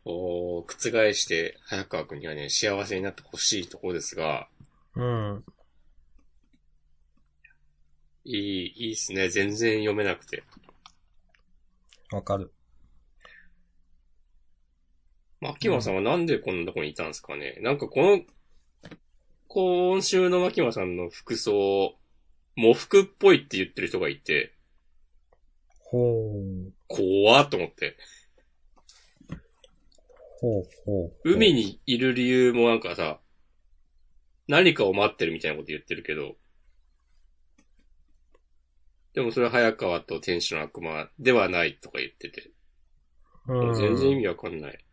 A: こう、覆して、早川くんにはね、幸せになってほしいところですが、
B: うん。
A: いい、いいっすね。全然読めなくて。
B: わかる。
A: 牧間さんはなんでこんなとこにいたんですかね、なんかこの、今週の牧間さんの服装、喪服っぽいって言ってる人がいて、
B: ほう。
A: 怖っと思って。
B: ほうほう。
A: 海にいる理由もなんかさ、何かを待ってるみたいなこと言ってるけど、でもそれは早川と天使の悪魔ではないとか言ってて。
B: うん
A: 全然意味わかんない。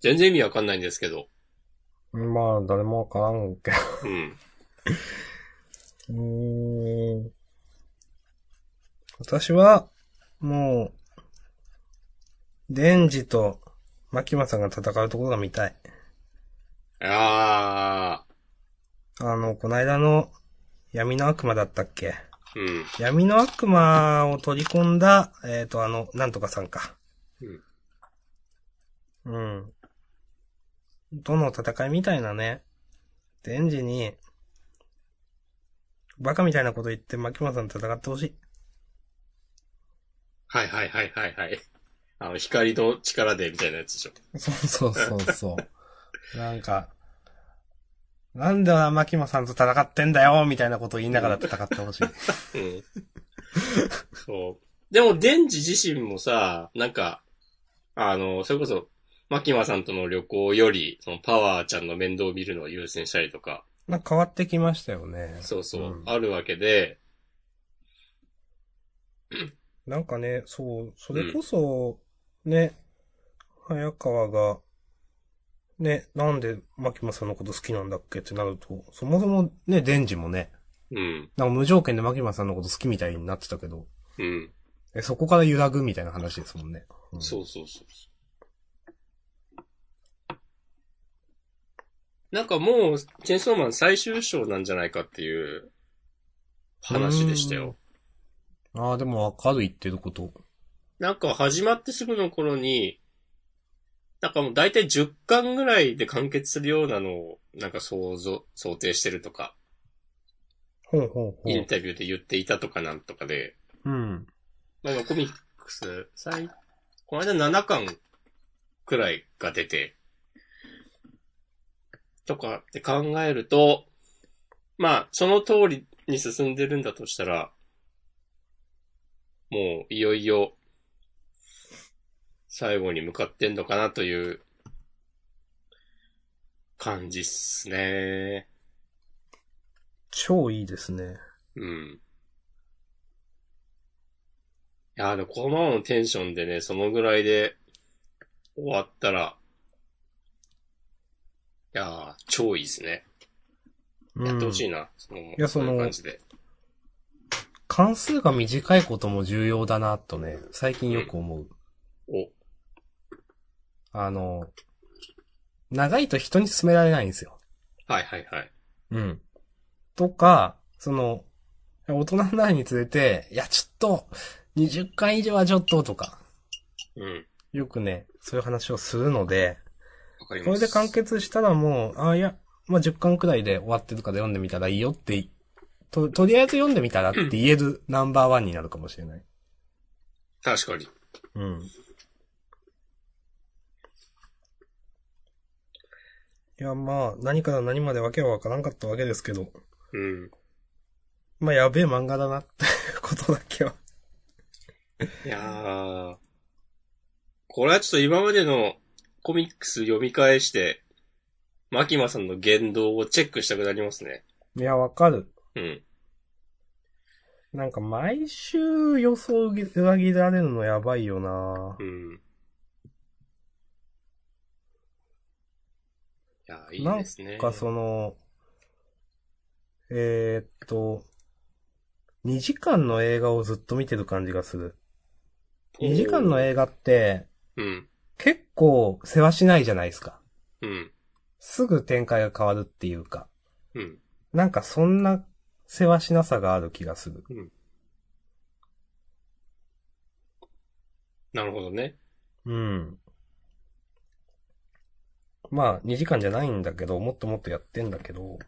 A: 全然意味わかんないんですけど。
B: まあ、誰もわからんけ
A: うん。
B: ど。うーん。私は、もう、デンジと、マキマさんが戦うところが見たい。
A: ああ、
B: あの、こないだの、闇の悪魔だったっけ
A: うん。
B: 闇の悪魔を取り込んだ、えっ、と、あの、なんとかさんか。うん。うん。との戦いみたいなね。デンジに、バカみたいなこと言って、牧村さんと戦ってほしい。
A: はいはいはいはいはい。あの、光の力でみたいなやつでしょ。
B: そうそうそう そう。なんか、なんで牧村さんと戦ってんだよみたいなことを言いながら戦ってほしい。
A: うん。そう。でも、デンジ自身もさ、なんか、あの、それこそ、マキマさんとの旅行より、そのパワーちゃんの面倒を見るのを優先したりとか、
B: なんか変わってきましたよね。
A: そうそう、
B: ん
A: あるわけで、
B: なんかね、そう、それこそ、ね、早川が、ね、なんで、牧間さんのこと好きなんだっけってなると、そもそもね、デンジもね、
A: うん、
B: なんか無条件で牧間さんのこと好きみたいになってたけど、
A: うん、
B: え、そこから揺らぐみたいな話ですもんね。うん
A: そうそうそうそう。なんかもう、チェーンソーマン最終章なんじゃないかっていう話でしたよ。
B: ああ、でもわかる言ってること。
A: なんか始まってすぐの頃に、なんかもう大体10巻ぐらいで完結するようなのを、なんか想像、想定してるとか、
B: ほうほうほ
A: イン
B: う。
A: タビューで言っていたとかなんとかで、
B: うん。
A: まあ今コミックス、最、この間7巻くらいが出て、とかって考えると、まあ、その通りに進んでるんだとしたら、もう、いよいよ、最後に向かってんのかなという、感じっすね。
B: 超いいですね。
A: うん。いやー、でもこのままのテンションでね、そのぐらいで終わったら、いやー、超いいですね。
B: うん
A: やってほしいな。その、
B: や
A: そうい
B: そ
A: う
B: の
A: 感じで。
B: 関数が短いことも重要だな、とね、最近よく思う。
A: お、
B: あの、長いと人に勧められないんですよ。
A: はいはいはい。
B: うん。とか、その、大人になるにつれて、いや、ちょっと、20回以上はちょっと、とか、
A: うん。
B: よくね、そういう話をするので、
A: わかります。
B: これで完結したらもう、あ、いや、まあ、10巻くらいで終わってるから読んでみたらいいよって、と、とりあえず読んでみたらって言えるナンバーワンになるかもしれない。
A: 確かに。
B: うん。いや、まあ、何から何までわけはわからんかったわけですけど、
A: うん。
B: まあ、やべえ漫画だなっていうことだけは。
A: いやー。これはちょっと今までのコミックス読み返して、マキマさんの言動をチェックしたくなりますね。
B: いや、わかる。
A: うん。
B: なんか、毎週予想裏切られるのやばいよな
A: うん。いや、い
B: ないん
A: ですね。
B: か、その、えー、っと、2時間の映画をずっと見てる感じがする。2時間の映画って、
A: うん、
B: 結構、世話しないじゃないですか。
A: うん、
B: すぐ展開が変わるっていうか。
A: うん。
B: なんかそんな世話しなさがある気がする。
A: なるほどね。
B: うん。まあ、2時間じゃないんだけど、もっともっとやってんだけど。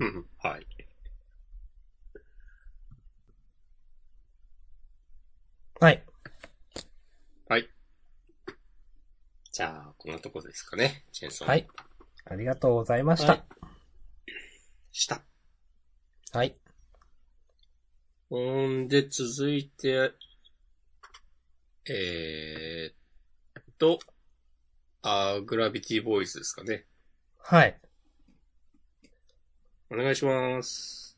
B: うん
A: はい。
B: はい。
A: じゃあ、こんなとこですかね。チェーンソー。
B: はい。。ありがとうございまし
A: は
B: た
A: い。した。
B: はい。
A: ほんで、続いて、えーっと、あーグラビティボーイズですかね。
B: はい。
A: お願いします。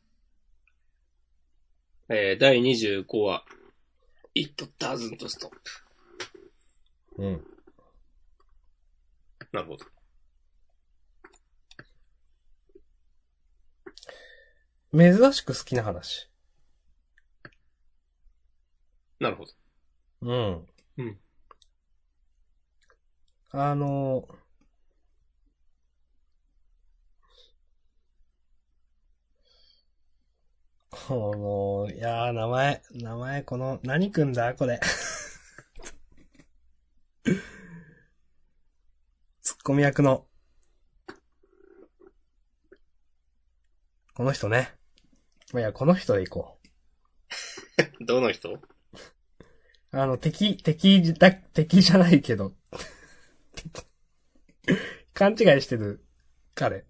A: えー、第25話、 It doesn't stop.
B: うん。
A: なるほど。
B: 珍しく好きな話。
A: なるほど。
B: うん。
A: うん。
B: あの、この、いやー、名前、名前、この、何くんだこれ。ツッコミ役の、この人ね。いや、この人でいこ
A: どの人
B: う。あの、敵、敵だ、敵じゃないけど。 勘違いしてる、彼。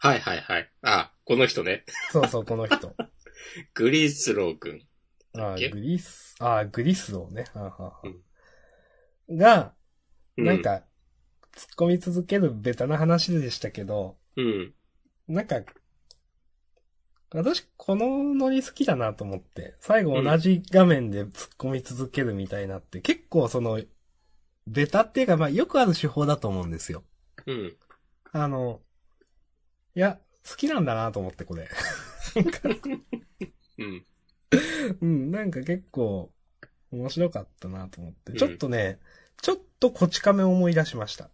A: はいはいはい。あ、この人ね。
B: そうそう、この人。
A: グリスロー君。
B: あ
A: け
B: ーグリス、あーグリスをね。はあはあはあ
A: うん
B: が、
A: う
B: なん。か、突っ込み続けるベタな話でしたけど、
A: うん。
B: なんか、私、このノリ好きだなと思って、最後同じ画面で突っ込み続けるみたいなって、結構その、ベタっていうか、まあ、よくある手法だと思うんですよ。
A: うん。
B: あの、いや、好きなんだなと思って、これ。
A: うん。
B: うん、なんか結構面白かったなと思って。
A: うん
B: ちょっとね、ちょっとこち亀を思い出しました。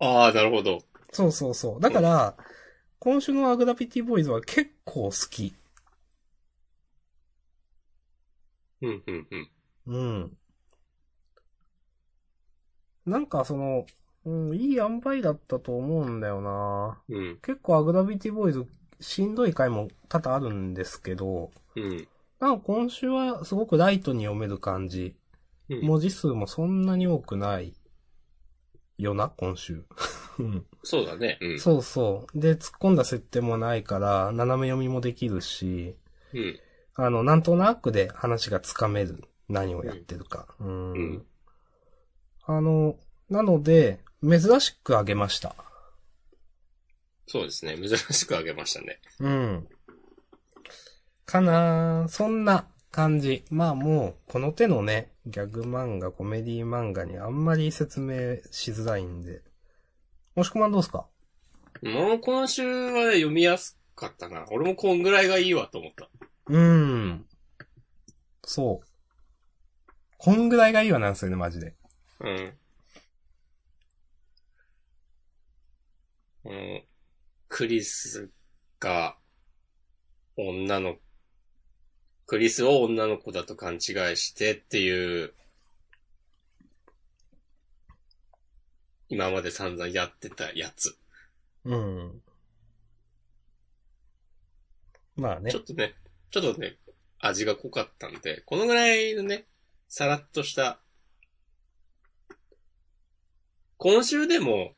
A: ああ、なるほど。
B: そうそうそう。だから、今週のアグダピティボーイズは結構好き。
A: うん、うん、うん。
B: うん。なんかその、うん、いい塩梅だったと思うんだよな
A: うん、
B: 結構アグダビティボーイズしんどい回も多々あるんですけど、
A: うん。
B: なんか今週はすごくライトに読める感じ。
A: うん
B: 文字数もそんなに多くないよな、今週。うん
A: そうだね。うん。
B: そうそう。で、突っ込んだ設定もないから、斜め読みもできるし、
A: うん。
B: あの、なんとなくで話がつかめる。何をやってるか。うん。
A: うん
B: あの、なので、珍しくあげました。
A: そうですね。珍しくあげましたね。
B: うん。かなーそんな感じ。まあもう、この手のね、ギャグ漫画、コメディ漫画にあんまり説明しづらいんで。もしこまんどうすか
A: もう今週はね、読みやすかったな。俺もこんぐらいがいいわと思った。
B: うん。そう。こんぐらいがいいわなんですよね、マジで。
A: うん。この、クリスが、女の、クリスを女の子だと勘違いしてっていう、今まで散々やってたやつ。
B: うん。まあね
A: ちょ。っとね、ちょっとね、味が濃かったんで、このぐらいのね、さらっとした、今週でも、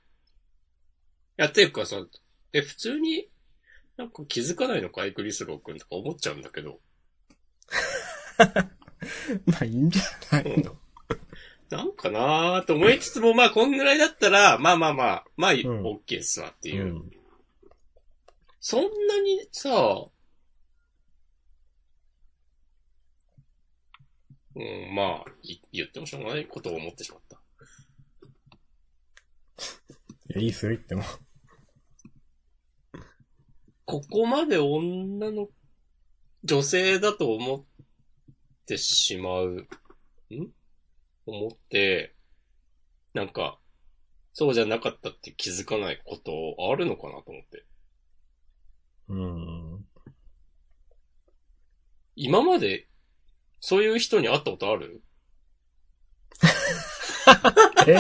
A: やってるかさ、え、普通に、なんか気づかないのか、エクリスロー君とか思っちゃうんだけど、
B: まあいいんじゃないの。
A: なんかなーと思いつつも、まあこんぐらいだったら、まあまあまあ、まあ、オ
B: ん
A: ッケーっすわっていう。
B: うん
A: そんなにさ、うん、まあ、い言ってもしょうがないことを思ってしまった。
B: いや、いいっすよ、言っても。
A: ここまで女の、女性だと思ってしまう、ん思って、なんか、そうじゃなかったって気づかないことあるのかなと思って。
B: うん。
A: 今まで、そういう人に会ったことある
B: え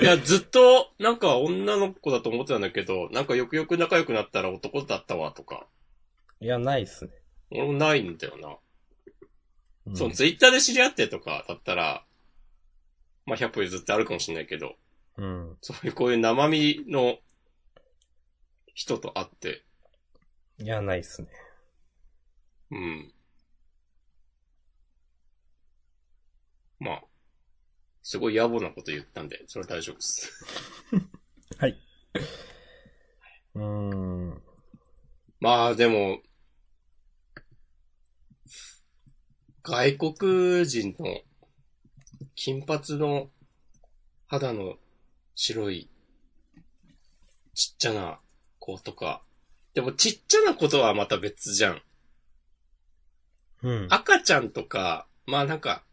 A: いや、ずっと、なんか女の子だと思ってたんだけど、なんかよくよく仲良くなったら男だったわとか、
B: いや、ないっすね。
A: 俺もないんだよな。
B: うん
A: そう、ツイッターで知り合ってとかだったら、まあ、100歩譲ってあるかもしれないけど、
B: うん。
A: そういうこういう生身の人と会って、
B: いや、ないっすね。
A: うん。まあ、すごい野暮なこと言ったんで、それは大丈夫です。
B: うん。
A: まあ、でも、外国人の金髪の肌の白いちっちゃな子とか。でもちっちゃな子とはまた別じゃん。
B: うん。
A: 赤ちゃんとか、まあなんか、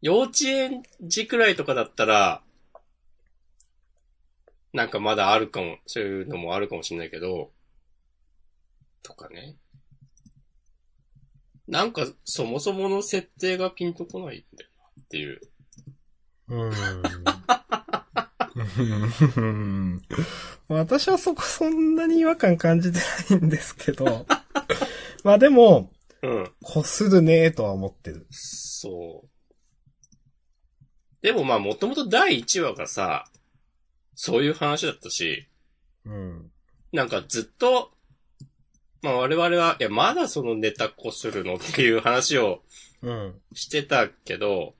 A: 幼稚園児くらいとかだったら、なんかまだあるかも、そういうのもあるかもしれないけど、とかね。なんか、そもそもの設定がピンとこないんだよな、っていう。
B: うん。私はそこそんなに違和感感じてないんですけど。まあでも、
A: うん。
B: こするねーとは思ってる。
A: そう。でもまあ、もともと第1話がさ、そういう話だったし、
B: うん。
A: なんかずっと、まあ我々は、いや、まだそのネタこするのっていう話を
B: うん。
A: してたけど、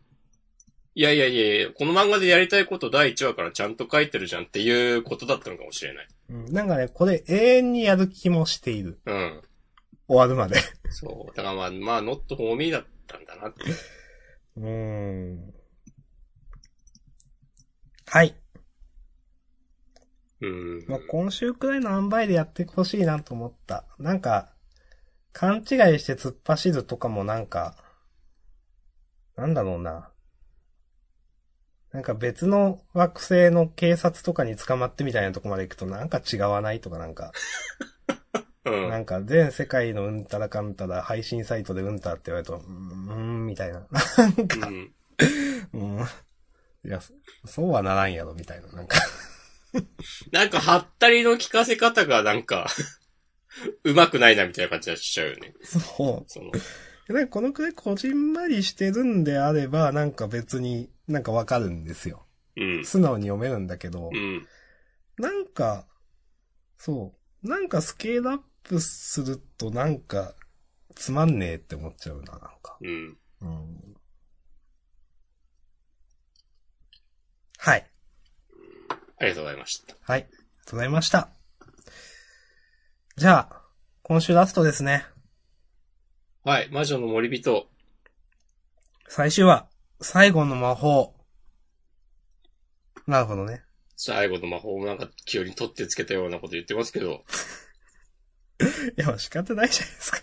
A: いやいやいやいやこの漫画でやりたいこと第1話からちゃんと書いてるじゃんっていうことだったのかもしれない。
B: うんなんかね、これ永遠にやる気もしている。
A: うん。
B: 終わるまで。
A: そう。だからまあ、まあ、ノットフォーミーだったんだなって。
B: うん。はい。
A: うん。
B: まあ、今週くらいの塩梅でやってほしいなと思った。なんか、勘違いして突っ走るとかもなんか、なんだろうな。なんか別の惑星の警察とかに捕まってみたいなとこまで行くとなんか違わないとかなんか、
A: うん。
B: なんか全世界のうんたらかんたら配信サイトでうんたらって言われると、うーん、み たいな。なん
A: う
B: か、
A: ん。
B: うん。 いや、そそうはならんやろ、みたいな。なんか、
A: なんか、はったりの聞かせ方がなんか、うまくないなみたいな感じがしちゃうよね。
B: そう。
A: その、
B: でなんかこのくらいこじんまりしてるんであれば、なんか別になんかわかるんですよ。
A: うん。
B: 素直に読めるんだけど
A: う、ん。
B: なんか、そう、なんかスケールアップするとなんかつまんねえって思っちゃうな、なんか。
A: うん。
B: うん。はい。
A: ありがとうございました。
B: はい。ありがとうございました。じゃあ、今週ラストですね。
A: はい。魔女の森人。
B: 最終話、最後の魔法。なるほどね。
A: 最後の魔法をなんか急に取ってつけたようなこと言ってますけど、
B: いや、まあ仕方ないじゃないですか。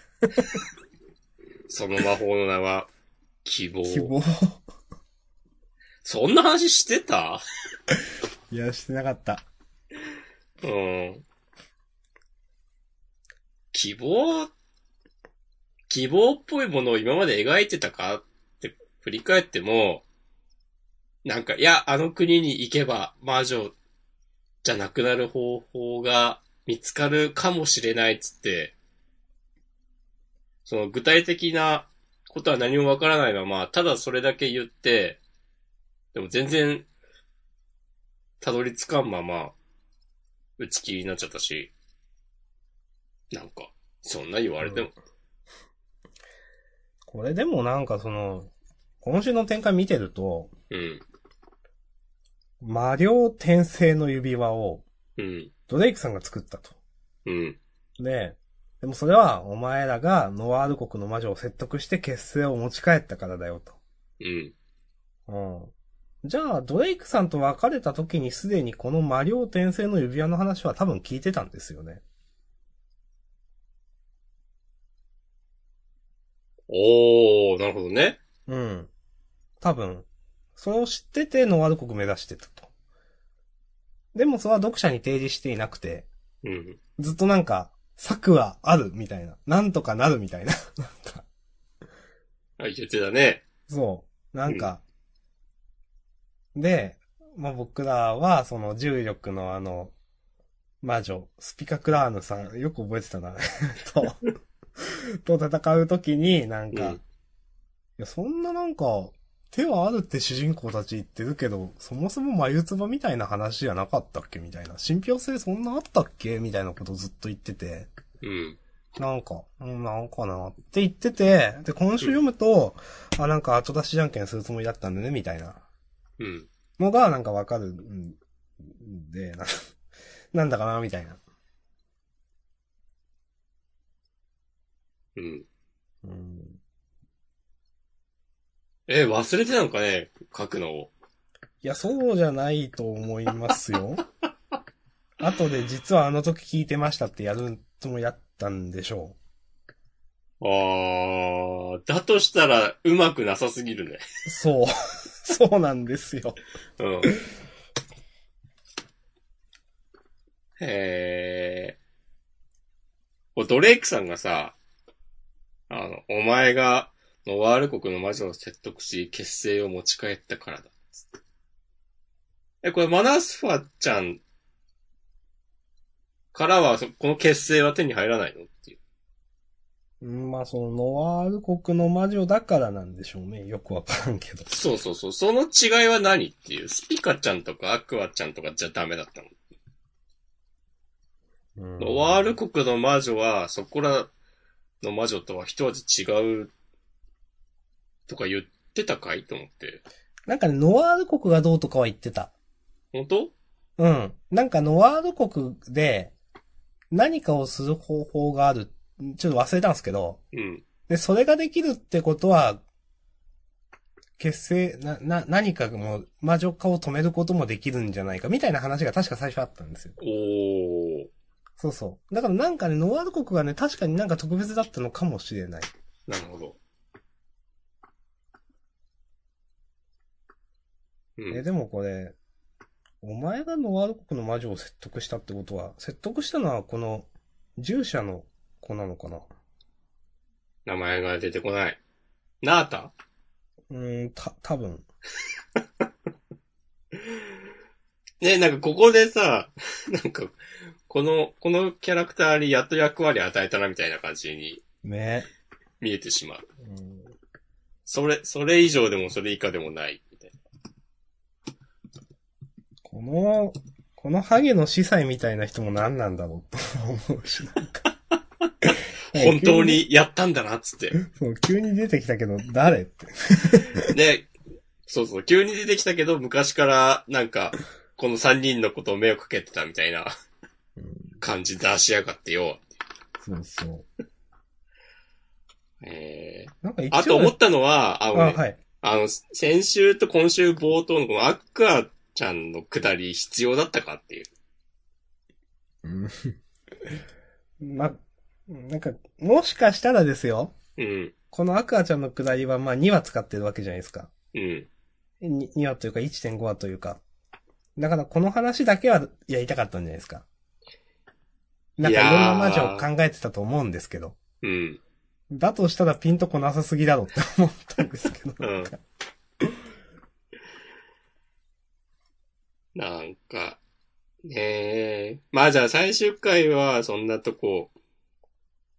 A: その魔法の名は、希望。
B: 希望。
A: そんな話してた
B: いや、してなかった。
A: うん。希望、希望っぽいものを今まで描いてたかって振り返っても、なんか、いや、あの国に行けば魔女じゃなくなる方法が見つかるかもしれないっつって、その具体的なことは何もわからないまま、ただそれだけ言って、でも全然、たどり着かんまま、打ち切りになっちゃったし、なんか、そんな言われても、
B: これでもなんかその、今週の展開見てると、
A: うん、
B: 魔領転生の指輪を
A: うん、
B: ドレイクさんが作ったと。
A: うん、
B: で、でもそれはお前らがノワール国の魔女を説得して結成を持ち帰ったからだよと。
A: うん、
B: うん。じゃあ、ドレイクさんと別れた時にすでにこの魔領転生の指輪の話は多分聞いてたんですよね。
A: おー、なるほどね。
B: うん。多分、それを知っててノワール国目指してたと。でもそれは読者に提示していなくて、
A: うん、
B: ずっとなんか、策はあるみたいな。なんとかなるみたいな。なんか、
A: あ、言ってたね。
B: そう。なんか、で、まあ、僕らは、その重力のあの、魔女、スピカクラーヌさん、よく覚えてたな、 えっと、と戦うときに、なん
A: う
B: か、
A: ん
B: いや、そんななんか、手はあるって主人公たち言ってるけど、そもそも眉唾みたいな話じゃなかったっけみたいな。信憑性そんなあったっけみたいなことずっと言ってて。
A: うん、
B: なんか、うん、なんかなって言ってて、で、今週読むと、あ、なんか後出しじゃんけんするつもりだったんだね、みたいな
A: うん、
B: のが、なんかわかるんで、な、 なんだかな、みたいな。
A: うん。
B: うん。
A: え、忘れてたのかね書くのを。
B: いや、そうじゃないと思います よ。後で実はあの時聞いてましたってやるつもりだったんでしょ
A: あー、だとしたら、うまくなさすぎるね。
B: う。そう。 そうなんですよ。
A: うん。へー。ドレイクさんがさ、あの、お前が、ノワール国の魔女を説得し、結成を持ち帰ったからだ。つってえ、これ、マナスファちゃんからは、そこの結成は手に入らないのっていう。
B: うんまあ、その、ノワール国の魔女だからなんでしょうね。よくわからんけど。
A: そうそうそう。その違いは何っていう。スピカちゃんとかアクアちゃんとかじゃダメだったの
B: うん
A: ノワール国の魔女は、そこらの魔女とは一味違う、とか言ってたかいと思って。
B: なんかね、ノワール国がどうとかは言ってた。
A: 本当
B: うん。なんかノワール国で何かをする方法がある。ちょっと忘れたんですけど。
A: うん。
B: で、それができるってことは、結成、な、な、何かもう魔女化を止めることもできるんじゃないか、みたいな話が確か最初あったんですよ。
A: おー。
B: そうそう。だからなんかね、ノワール国がね、確かになんか特別だったのかもしれない。
A: なるほど。う
B: え、
A: ん。
B: でもこれ、お前がノワール国の魔女を説得したってことは、説得したのはこの、従者の子なのかな
A: 名前が出てこない。ナータ
B: うーん、た、多分。
A: ね、なんかここでさ、 なんか、この、このキャラクターにやっと役割与えたなみたいな感じに
B: ね。
A: 見えてしまう。
B: うん
A: それ、それ以上でもそれ以下でもない。みたいな
B: この、このハゲの司祭みたいな人も何なんだろうと思うし、なんか。
A: 本当にやったんだな、つって。
B: そう、急に出てきたけど、誰って。
A: ね、そうそう、急に出てきたけど、昔から、なんか、この三人のことを目をかけてたみたいな
B: うん
A: 感じ出しやがってよ。
B: そうそう。
A: えー、
B: なんか一応、
A: あと思ったのは、あ
B: あ、
A: のね、
B: はい。
A: あの、先週と今週冒頭のこのアクアちゃんのくだり必要だったかっていう。
B: ま、 なんか、もしかしたらですよ、
A: うん、
B: このアクアちゃんの下りは、まあ2話使ってるわけじゃないですか。
A: うん、
B: に 2, 話というか1.5話というか。だからこの話だけはやりたかったんじゃないですか。なんかいろんな魔女を考えてたと思うんですけど。
A: うん。
B: だとしたらピンとこなさすぎだろって思ったんですけど。
A: うん
B: なんか
A: なんか、ねえ。まあじゃあ最終回はそんなとこ、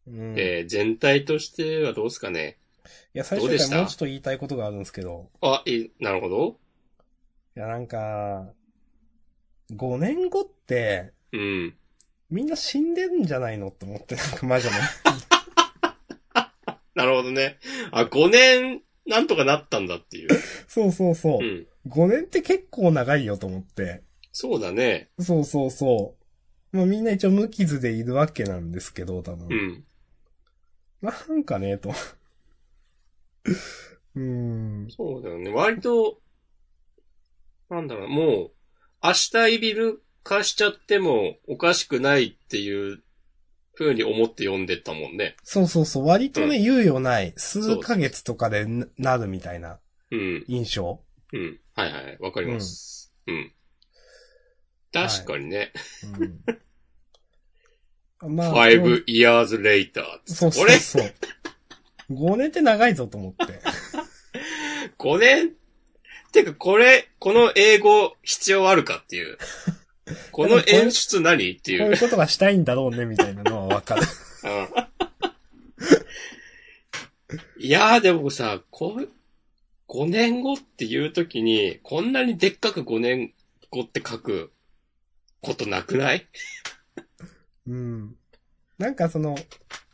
B: うんい
A: えー全体としてはどうですかね。
B: や、最
A: どう
B: 終
A: でし
B: 回
A: た
B: もうちょっと言いたいことがあるんですけど。
A: あ、いい、なるほど。
B: いや、なんか、5年後って、
A: うん。
B: みんな死んでるんじゃないのって思って、なんか魔 女の。
A: なるほどね。あ、5年、なんとかなったんだっていう。
B: そうそうそうう。
A: ん。
B: 5年って結構長いよと思って。
A: そうだね。
B: そうそうそう。まあみんな一応無傷でいるわけなんですけど、多
A: う
B: 分。
A: ん。
B: なんかね、と。 うーん。
A: そうだよね。割と、なんだろう、もう、明日イビル化しちゃってもおかしくないっていう風に思って読んでたもんね。
B: そうそうそう。割とね、
A: う
B: 猶予ない。
A: そうそ
B: 数
A: う
B: ヶ月とかでななるみたいな
A: うん。
B: 印象。
A: うん。はいはい。わかります。うん。確かにね。
B: うん。までも
A: 5 years later.
B: そうそうそう。5年って長いぞと思って。
A: これ、5年てかこれ、この英語必要あるかって いう。この演出何っていう
B: こうい。うことがしたいんだろうね、みたいなのはわかる。
A: うんいやーでもさ、こう、5年後っていうときに、こんなにでっかく5年後って書くことなくない
B: うん。なんかその、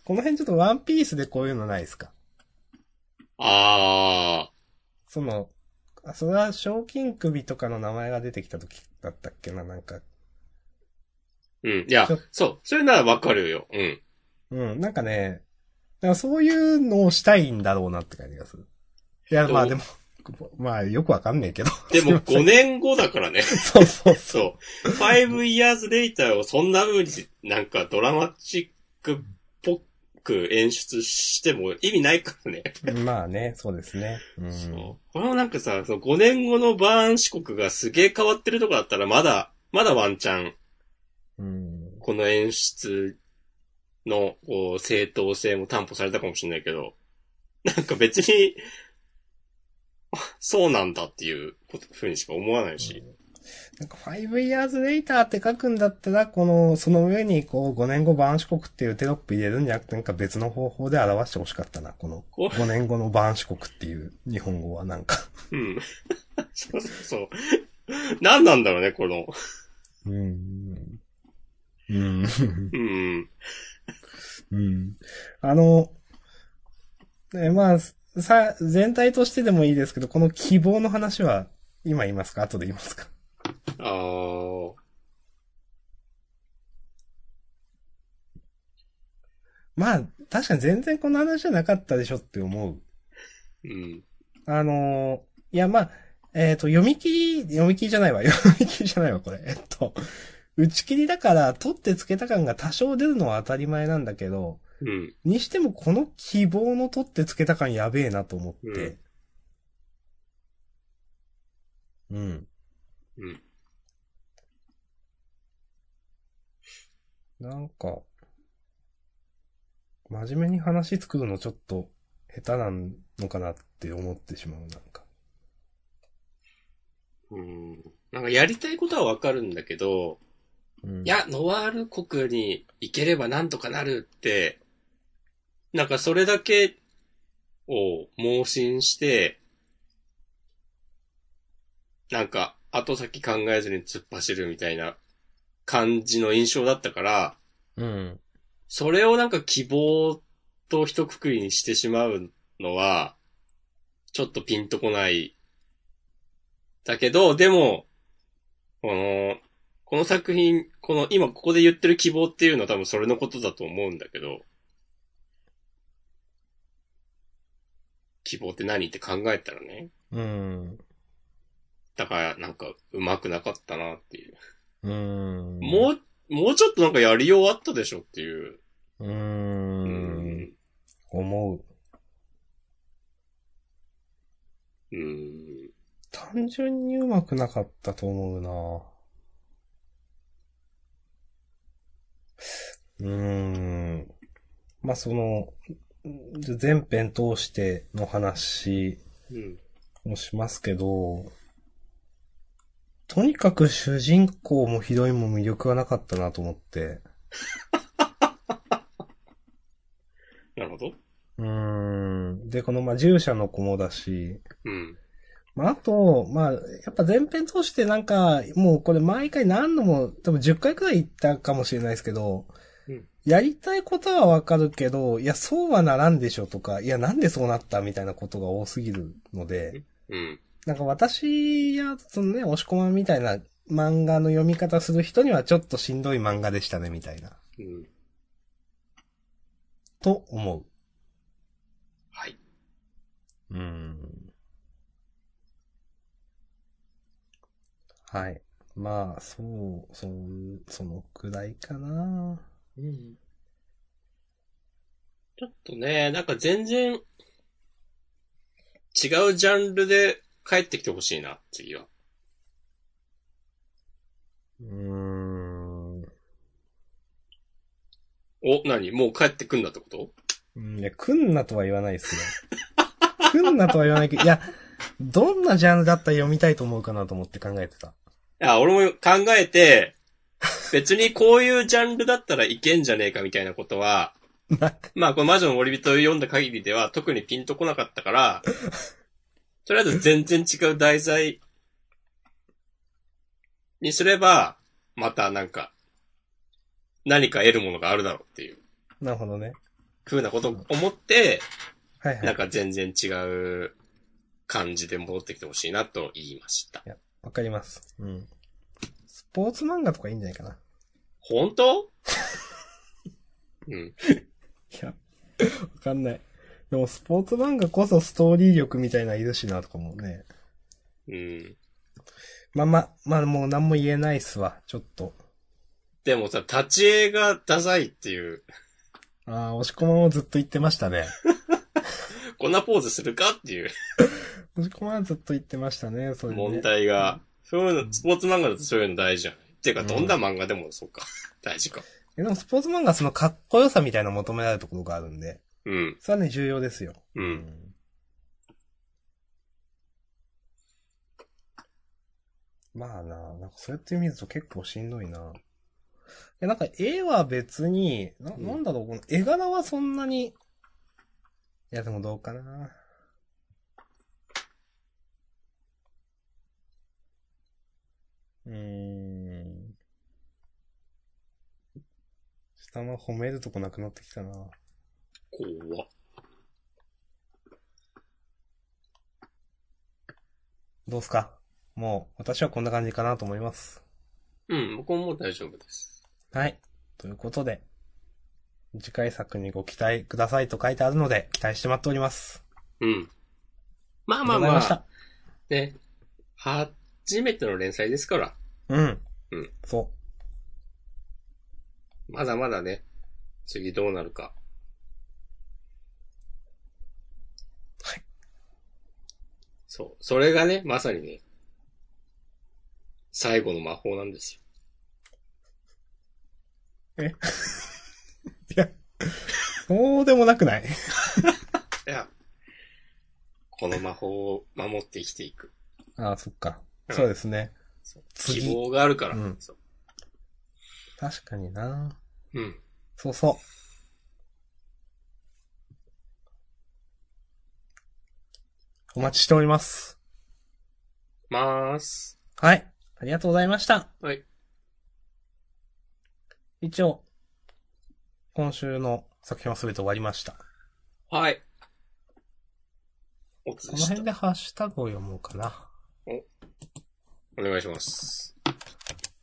B: この辺ちょっとワンピースでこういうのないですか
A: あ
B: その、あ、それは賞金首とかの名前が出てきた時だったっけな、なんか。
A: ー。うん。いや
B: ちょ、
A: そう。それならわかるよ。うん。
B: うん、なんかね、だからそういうのをしたいんだろうなって感じがする。いや、まあで
A: で
B: も、 まあ、よくわかんねえけど。
A: でも5年後だからね。
B: そうそうそ
A: そ
B: う。
A: う。5 years later をそんな風になんかドラマチックっぽく演出しても意味ないからね。
B: まあね、そうですね。うん。
A: そうこれもなんかさ、その5年後のバーン四国がすげえ変わってるとこだったらまだ、まだワンチャン、
B: うん。
A: この演出のこう正当性も担保されたかもしれないけど、なんか別に、そうなんだっていうことふうにしか思わないし。
B: なんか、5 years later って書くんだったら、この、その上に、こう、5年後バーン四国っていうテロップ入れるんじゃなくて、なんか別の方法で表してほしかったな、この、
A: こう
B: 5年後のバーン四国っていう日本語はなんか。
A: うん。 そうそうそう。何なんだろうね、この。
B: うん。うん。
A: うん。
B: うん。あの、ね、まあ、さ、全体としてでもいいですけど、この希望の話は、今言いますか後で言いますか
A: ああ。
B: まあ、確かに全然この話じゃなかったでしょって思う。
A: うん。
B: あのーいや、まあ、えっ、と、読み切り、読み切りじゃないわ。 読み切りじゃないわ、これ。えっと、打ち切りだから、取ってつけた感が多少出るのは当たり前なんだけど、
A: うん。
B: にしてもこの希望の取ってつけた感やべえなと思って。うん。
A: うん。
B: なんか、真面目に話作るのちょっと下手なのかなって思ってしまう、なんか。
A: うん。なんかやりたいことはわかるんだけど、
B: うん
A: い、や、ノワール国に行ければなんとかなるって、なんかそれだけを盲信して、なんか後先考えずに突っ走るみたいな感じの印象だったから、
B: うん。
A: それをなんか希望と一括りにしてしまうのは、ちょっとピンとこない。だけど、でも、この、この作品、この今ここで言ってる希望っていうのは多分それのことだと思うんだけど、希望って何って考えたらね。
B: うん。
A: だからなんか上手くなかったなっていう。
B: うん。
A: もう、もうちょっとなんかやり終わったでしょっていう。
B: うー。
A: うんん。
B: 思う。
A: うん。
B: 単純にうまくなかったと思うなうーん。まあ、その、全編通しての話
A: うん。
B: もしますけど、とにかく主人公もひどいも魅力がなかったなと思って。
A: なるほど。
B: うーん。で、この、まあ、従者の子もだし、
A: うん。
B: まあ、あと、まあ、やっぱ前編通してなんか、もうこれ毎回何度も、多分10回くらい言ったかもしれないですけど、
A: うん
B: やりたいことはわかるけど、いや、そうはならんでしょとか、いや、なんでそうなったみたいなことが多すぎるので、
A: うん。
B: なんか私や、そのね、押し込まんみたいな漫画の読み方する人にはちょっとしんどい漫画でしたね、みたいな。
A: うん。
B: と思
A: はい。
B: う。うん。はい。まあ、そう、そう、そのくらいかな。
A: うん。ちょっとね、なんか全然、違うジャンルで帰ってきてほしいな、次は。
B: うーん。
A: お、何もう帰ってくんだってこと
B: うんいや、来んなとは言わないですね。来んなとは言わないけど、いや、どんなジャンルだったら読みたいと思うかなと思って考えてた。
A: あ、俺も考え て、別にこういうジャンルだったらいけんじゃねえかみたいなことは、まあこの魔女の森人を読んだ限りでは特にピンとこなかったから、とりあえず全然違う題材にすれば、またなんか、何か得るものがあるだろうっていう、
B: なるほどね。
A: ふうなことを思って、
B: はいは
A: な
B: い。
A: ん
B: わ
A: か全然違う感じで戻ってきてほしいなと言いました。
B: かります。うん。スポーツ漫画とかいいんじゃないかな。
A: 本 当うん。
B: いや、わかんない。でもスポーツ漫画こそストーリー力みたいなのいるしなとかもね。
A: うん。
B: まあまあ、まあもう何も言えないっすわ、ちょっと。
A: でもさ、立ち絵がダサいっていう、
B: ああ、押し込まもずっと言ってましたね。
A: こんなポーズするかっていう
B: 押し込まはずっと言ってましたね、それ、ね。
A: 問題が。そういう
B: う
A: の、
B: ん
A: スポーツ漫画だとそういうの大事じゃん。っていうか、
B: うん
A: どんな漫画でもそうか。大事か。
B: え。でもスポーツ漫画はそのかっこよさみたいなの求められるところがあるんで、
A: うん。
B: それはね、重要ですよ。
A: う。。
B: うんまあな、なんかそうやって見ると結構しんどいな。え、なんか絵は別に、な、
A: うん
B: なんだろう、この絵柄はそんなに、いやでもどうかな。うーん。下の褒めるとこなくなってきたな。
A: 怖っ
B: どうすかもう、私はこんな感じかなと思います。
A: うん、僕ももう大丈夫です。
B: はい。ということで、次回作にご期待くださいと書いてあるので、期待して待っております。
A: うん。まあ
B: あ
A: まあ
B: りがとうござい
A: ま
B: まし
A: あ
B: た、。
A: ね。初めての連載ですから、
B: うん。
A: うん
B: そ
A: まだまだね、次どうなるか。
B: はい。
A: そう。それがね、まさにね、最後の魔法なんです
B: う。いや、そうでもなくない
A: よ。いや、この魔法を守って生きていく。
B: ああ、そっか。
A: うん
B: そうですね。
A: そう
B: 次
A: 希望があるから。
B: うん
A: そう
B: 確かにな。
A: うん。
B: そうそう。お待ちしております。
A: まーす。
B: はい。ありがとうございました。
A: はい。
B: 一応、今週の作品は全て終わりました。
A: はい。おつ
B: こ
A: で
B: の
A: し
B: 辺
A: た。
B: でハッシュタグを読もうかな。
A: お願いします。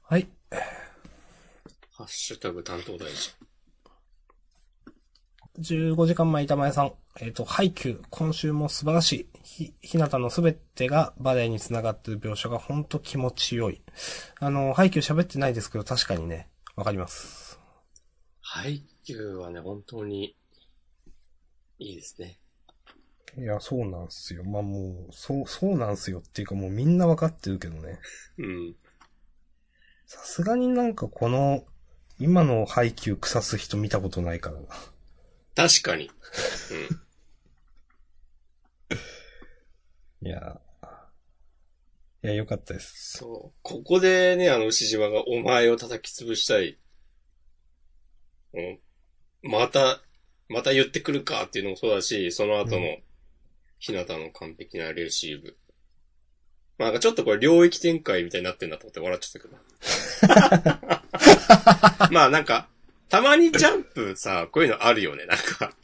B: はい。
A: ハッシュタグ担当大臣。
B: 15時間前、板前さん。えっ、と、ハイキュー。今週も素晴らしい。ひ、ひなたのすべてがバレエにつながってる描写がほんと気持ちよい。あの、ハイキュー喋ってないですけど、確かにね、わかります。
A: 配給はね、本当に、いいですね。
B: いや、そうなんすよ。まあ、もう、そう、そうなんすよっていうか、もうみんなわかってるけどね。
A: うん。
B: さすがになんかこの、今のハイキュー腐す人見たことないからな。
A: 確かに。
B: いやー、いや、よかったです。
A: そう。ここでね、あの、牛島がお前を叩き潰したい。うん。また、また言ってくるかっていうのもそうだし、その後
B: う
A: の、日向の完璧なレシーブ。まあ、なんかちょっとこれ領域展開みたいになってんだと思って笑っちゃった けど。まあなんか、たまにジャンプさ、こういうのあるよね、なんか。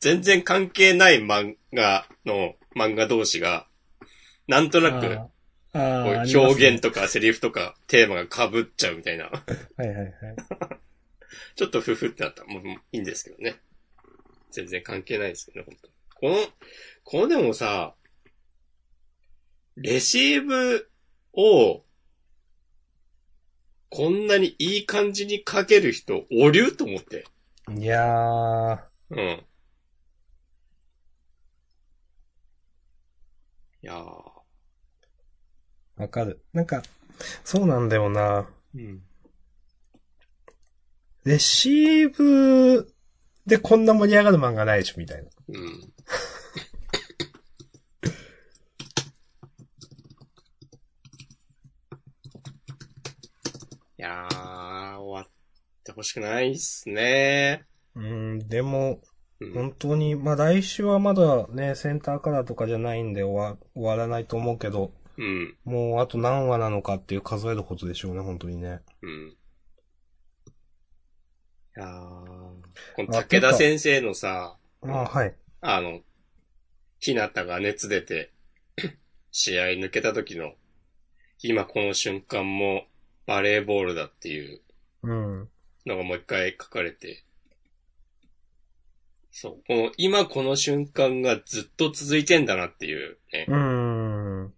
A: 全然関係ない漫画の漫画同士が、なんとなく、
B: あー
A: こう
B: あ
A: い
B: ー
A: う表現
B: と。
A: とかセリフとかテーマが被っちゃうみたいな。
B: はいはいはい。
A: ちょっとふふってなった。もうもういいんですけどね。全然関係ないですけどね、本当この、このでもさ、レシーブを、こんなにいい感じに書ける人、おりゅうと思って。
B: いやー、
A: うん。いやー。
B: わかる。なんか、そうなんだよな。
A: うん。
B: レシーブでこんな盛り上がる漫画ないでしょ、みたいな。
A: うん。いやー、終わってほしくないっすね。
B: うん、でも、
A: うん。
B: 本当に、まあ来週はまだね、センターカラーとかじゃないんで終わ終わらないと思うけど、
A: うん。
B: もうあと何話なのかっていう数えることでしょうね、本当にね。
A: うん。いやー、この武田先生のさ、
B: ああ、はい。
A: あの、ひなたが熱出て、 試合抜けた時の、今この瞬間もバレーボールだっていう、
B: うん。
A: のがもう一回書かれて、そう。この、今この瞬間がずっと続いてんだなっていうね。
B: うーん。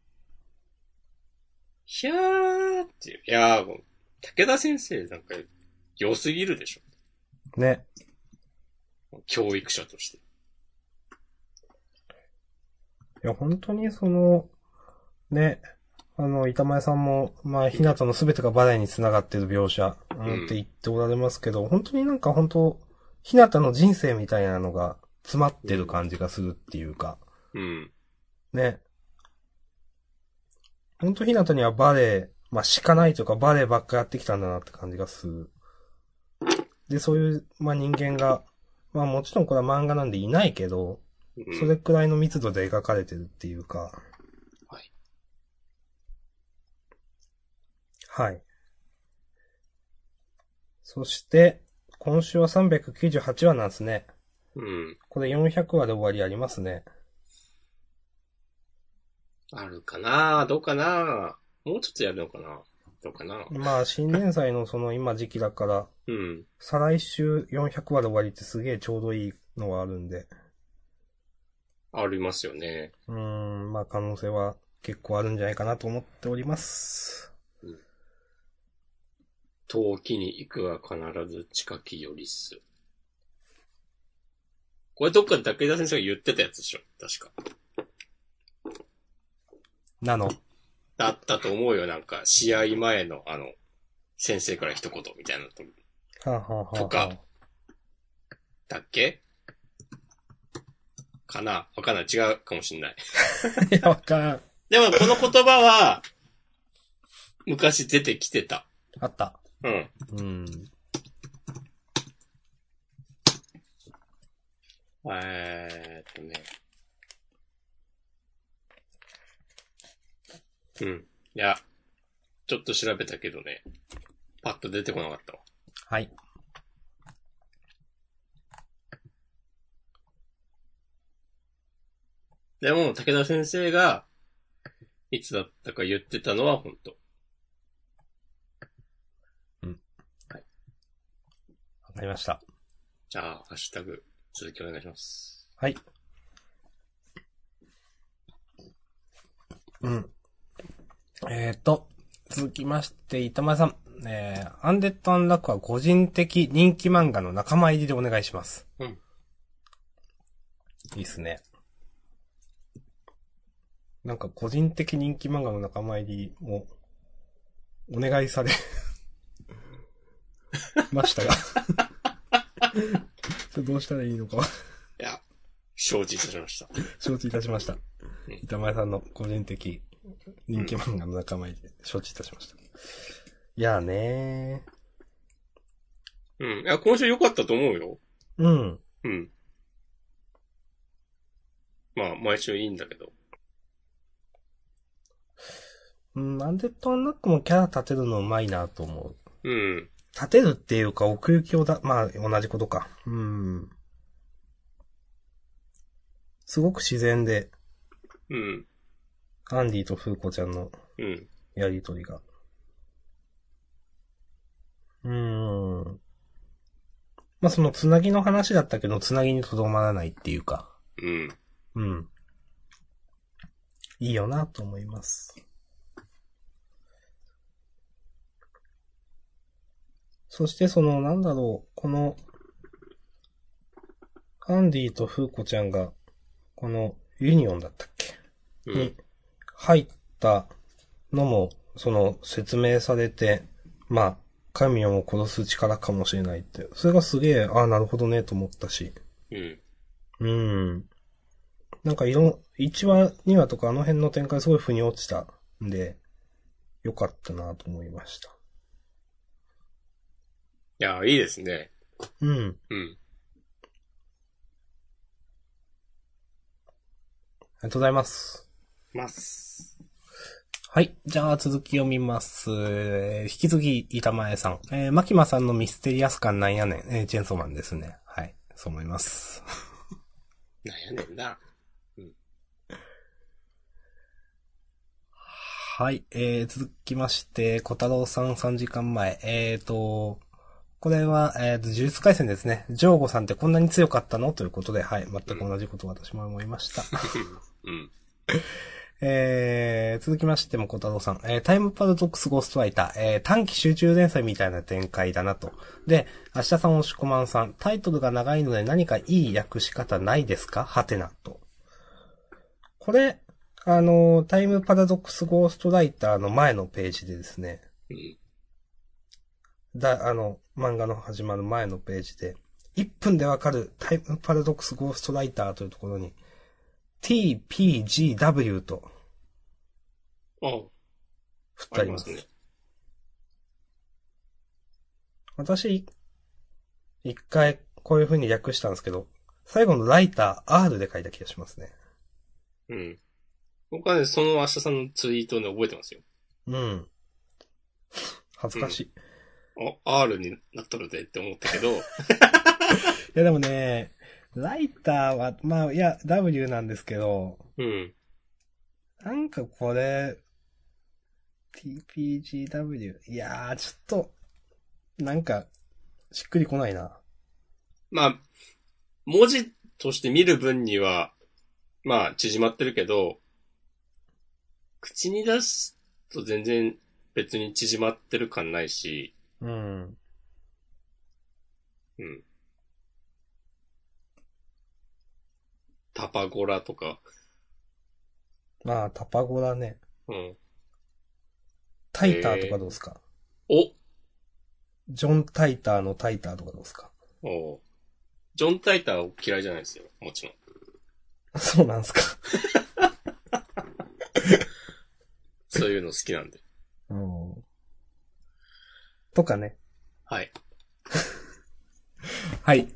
A: ひゃーっていう。いやー、武田先生なんか良すぎるでし
B: ね。
A: ょ。教育者として。
B: いや、本当にその、ね、あの、板前さんも、まあ、ひなたのすべてがバレエにつながってる描写、うん、って言っておられますけど、本当になんか本当、ひなたの人生みたいなのが詰まってる感じがするっていうか、
A: うん。
B: ね。本当ひなたにはバレエ、まあ、しかないというか、バレエばっかやってきたんだなって感じがする。で、そういう、まあ、人間が、まあ、もちろんこれは漫画なんでいないけど、
A: うん
B: それくらいの密度で描かれてるっていうか。
A: はい。
B: はい。そして、今週は398話なんですね。
A: うん。
B: これ400話で終わりありますね。
A: あるかなどうかなもうちょっとやるのかなどうかな
B: まあ、新年祭のその今時期だから、
A: うん。
B: 再来週400話で終わりってすげえちょうどいいのはあるんで。
A: ありますよね。
B: うーん、まあ可能性は結構あるんじゃないかなと思っております。
A: 遠きに行くは必ず近きよりす。これどっかで武田先生が言ってたやつでしょ確か。
B: なの。
A: だったと思うよ。なんか、試合前の、あの、先生から一言みたいなと、
B: はあ、はあはあ、
A: とか。だっけかなわかんない。違うかもしんない。
B: いや、わからん。
A: でも、この言葉は、昔出てきてた。
B: あった。
A: うん。
B: うん。
A: えーっとね。うん。いや、ちょっと調べたけどね、パッと出てこなかったわ。
B: はい。
A: でも、武田先生が、いつだったか言ってたのは本当。
B: わかりました。
A: じゃあ、ハッシュタグ、続きお願いします。
B: はい。うん。えーと、続きまして、板前さん。えー、アンデッド・アンラックは個人的人気漫画の仲間入りでお願いします。
A: うん。
B: いいっすね。なんか個人的人気漫画の仲間入りも、お願いされ、まし たが。それどうしたらいいのか
A: いや、承知いたしました。
B: 承知いたしました。板前さんの個人的人気漫画の仲間入りで承知いたしました。いやーね
A: うん。いや、今週良かったと思うよ。
B: ー。うん。
A: うん。まあ、毎週いいんだけど。
B: うん、なんでとなくもキャラ立てるのうまいなと思う。
A: うん。
B: 立てるっていうか奥行きをだ、まあ同じことか。うん。すごく自然で、
A: うん。
B: アンディとフーコちゃんの
A: うん。
B: やりとりが。うーん。まあ、そのつなぎの話だったけど、つなぎにとどまらないっていうか。
A: うん。
B: うん。いいよなと思います。そしてその、なんだろう、この、アンディとフーコちゃんが、この、ユニオンだったっけ
A: う
B: に
A: ん。
B: 入ったのも、その説明されて、まあ、神をも殺す力かもしれないって。それがすげえ、ああ、なるほどね、と思ったし。
A: うん。
B: うん。なんかいろ、1話、2話とかあの辺の展開すごい腑に落ちたんで、よかったなと思いました。
A: いや、いいですね。
B: うん。
A: うん。
B: ありがとうございます。
A: ます。
B: はい。じゃあ、続き読みます。えー引き続き、板前さん。えー、マキマさんのミステリアス感なんやねん。えーチェーンソーマンですね。はい。そう思います。
A: なんやねんな。
B: はい、えー、続きまして、小太郎さん3時間前、えーと、これは、えっ、と、呪術回戦ですね。ジョーゴさんってこんなに強かったのということで、はい。全く同じことを私も思いました。
A: うん。
B: えー、続きましても、小太郎さん。えー、タイムパラドックスゴーストライター。えー、短期集中連載みたいな展開だなと。で、明日さん、押しこまんさん。タイトルが長いので何かいい訳し方ないですかはてな、と。これ、あのー、タイムパラドックスゴーストライターの前のページでですね。
A: うん。
B: だ、あの、漫画の始まる前のページで、1分でわかるタイムパラドックスゴーストライターというところに、tpgw と
A: あ、
B: 振っ
A: あ
B: てあ
A: り
B: りま。
A: ますすね。
B: 私、一回こういう風に訳したんですけど、最後のライター R で書いた気がしますね。
A: うん。僕はね、その明日さんのツイートをね、覚えてますよ。
B: うん。恥ずかしい。
A: あ、R になっとるでって思った けど、
B: いやでもね、ライターは、まあ、いや、W なんですけど、
A: うん。
B: なんかこれ、tpgw。いやー、ちょっと、なんか、しっくりこないな。
A: まあ、文字として見る分には、まあ、縮まってるけど、口に出すと全然別に縮まってる感ないし、
B: うん。
A: うん。タパゴラとか、
B: まあ、タパゴだね。
A: うん。
B: タイターとかどうですか、ジョン・タイターのタイターとかどうですか
A: おおうジョン・タイターを嫌いじゃないですよ、もちろ ん。
B: そうなんですか。
A: そういうの好きなんで。
B: うん。とかね。
A: はい。
B: はい。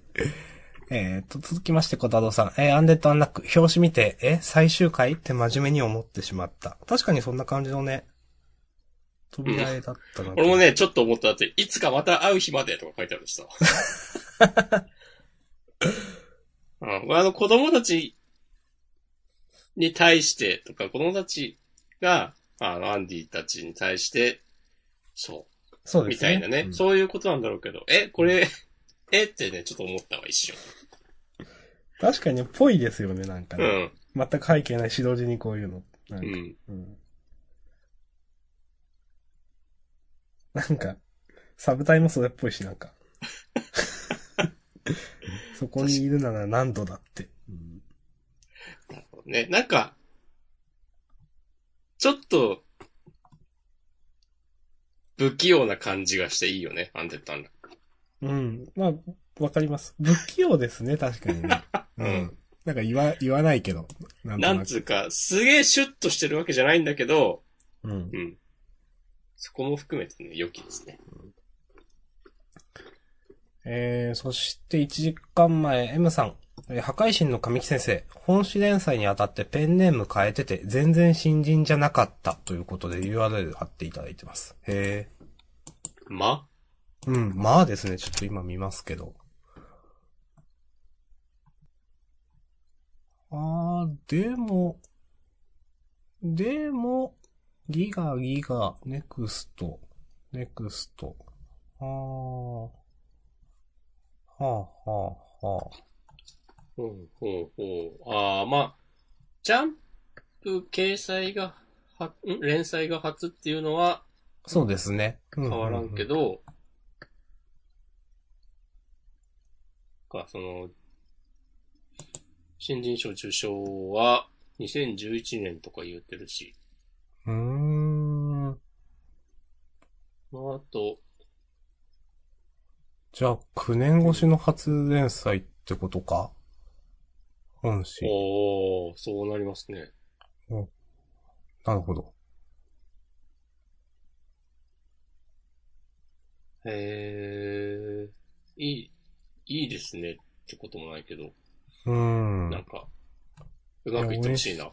B: えー、と、続きまして、小太郎さん。えー、アンデッド・アンラック、表紙見て、え、最終回って真面目に思ってしまった。確かにそんな感じのね、扉絵だったな、
A: 俺も。ね、ちょっと思ったって、いつかまた会う日までとか書いてあるしさ。 うん、俺あの子供たちに対してとか、子供たちが、あの、アンディたちに対して、そ
B: そう
A: う、
B: で
A: み
B: すね。
A: たいなね、
B: うん
A: そういうことなんだろうけど、え、これ、 えってね、ちょっと思ったわ、一瞬。
B: 確かに、ぽいですよね、なんか
A: う
B: ね。
A: ん、
B: 全く背景ない、白地にこういうの。なん
A: う
B: か、
A: ん。
B: うんなんか、サブタイもそれっぽい し、なんか。そこにいるなら何度だって。うん
A: なるほどね。なんか、ちょっと、不器用な感じがしていいよね、アンデッド・アンラック。
B: うん。まあ、わかります。不器用ですね、確か にね。
A: うん。
B: なんか言わ、言わないけど。なんと
A: な
B: なんく。
A: つうか、すげえシュッとしてるわけじゃないんだけど、
B: うん
A: う。ん。そこも含めてね、良きですね。
B: えー、そして1時間前、M さん。えー破壊神の神木先生。本誌連載にあたってペンネーム変えてて、全然新人じゃなかったということで URL 貼っていただいてます。へえ。
A: ま
B: うん、まあですね、ちょっと今見ますけど。あー、でも、でも、ギガ、ギガ、ネクスト、ネクスト。あー。はあ、はあ、はあ。
A: ほうほうほう。ああ、まあ、ジャンプ掲載が、は、ん連載が初っていうのは
B: そうですね。変
A: 変わらんけ。ど、か、その、新人賞受賞は2011年とか言ってるし、
B: うーん。
A: まあ、あと、
B: じゃあ、9年越しの初連載ってことか本誌。
A: おー、そうなりますね。
B: なるほど。
A: へえ、いい、いいですねってこともないけど、
B: うーん。
A: なんか、うまくいってほしいな。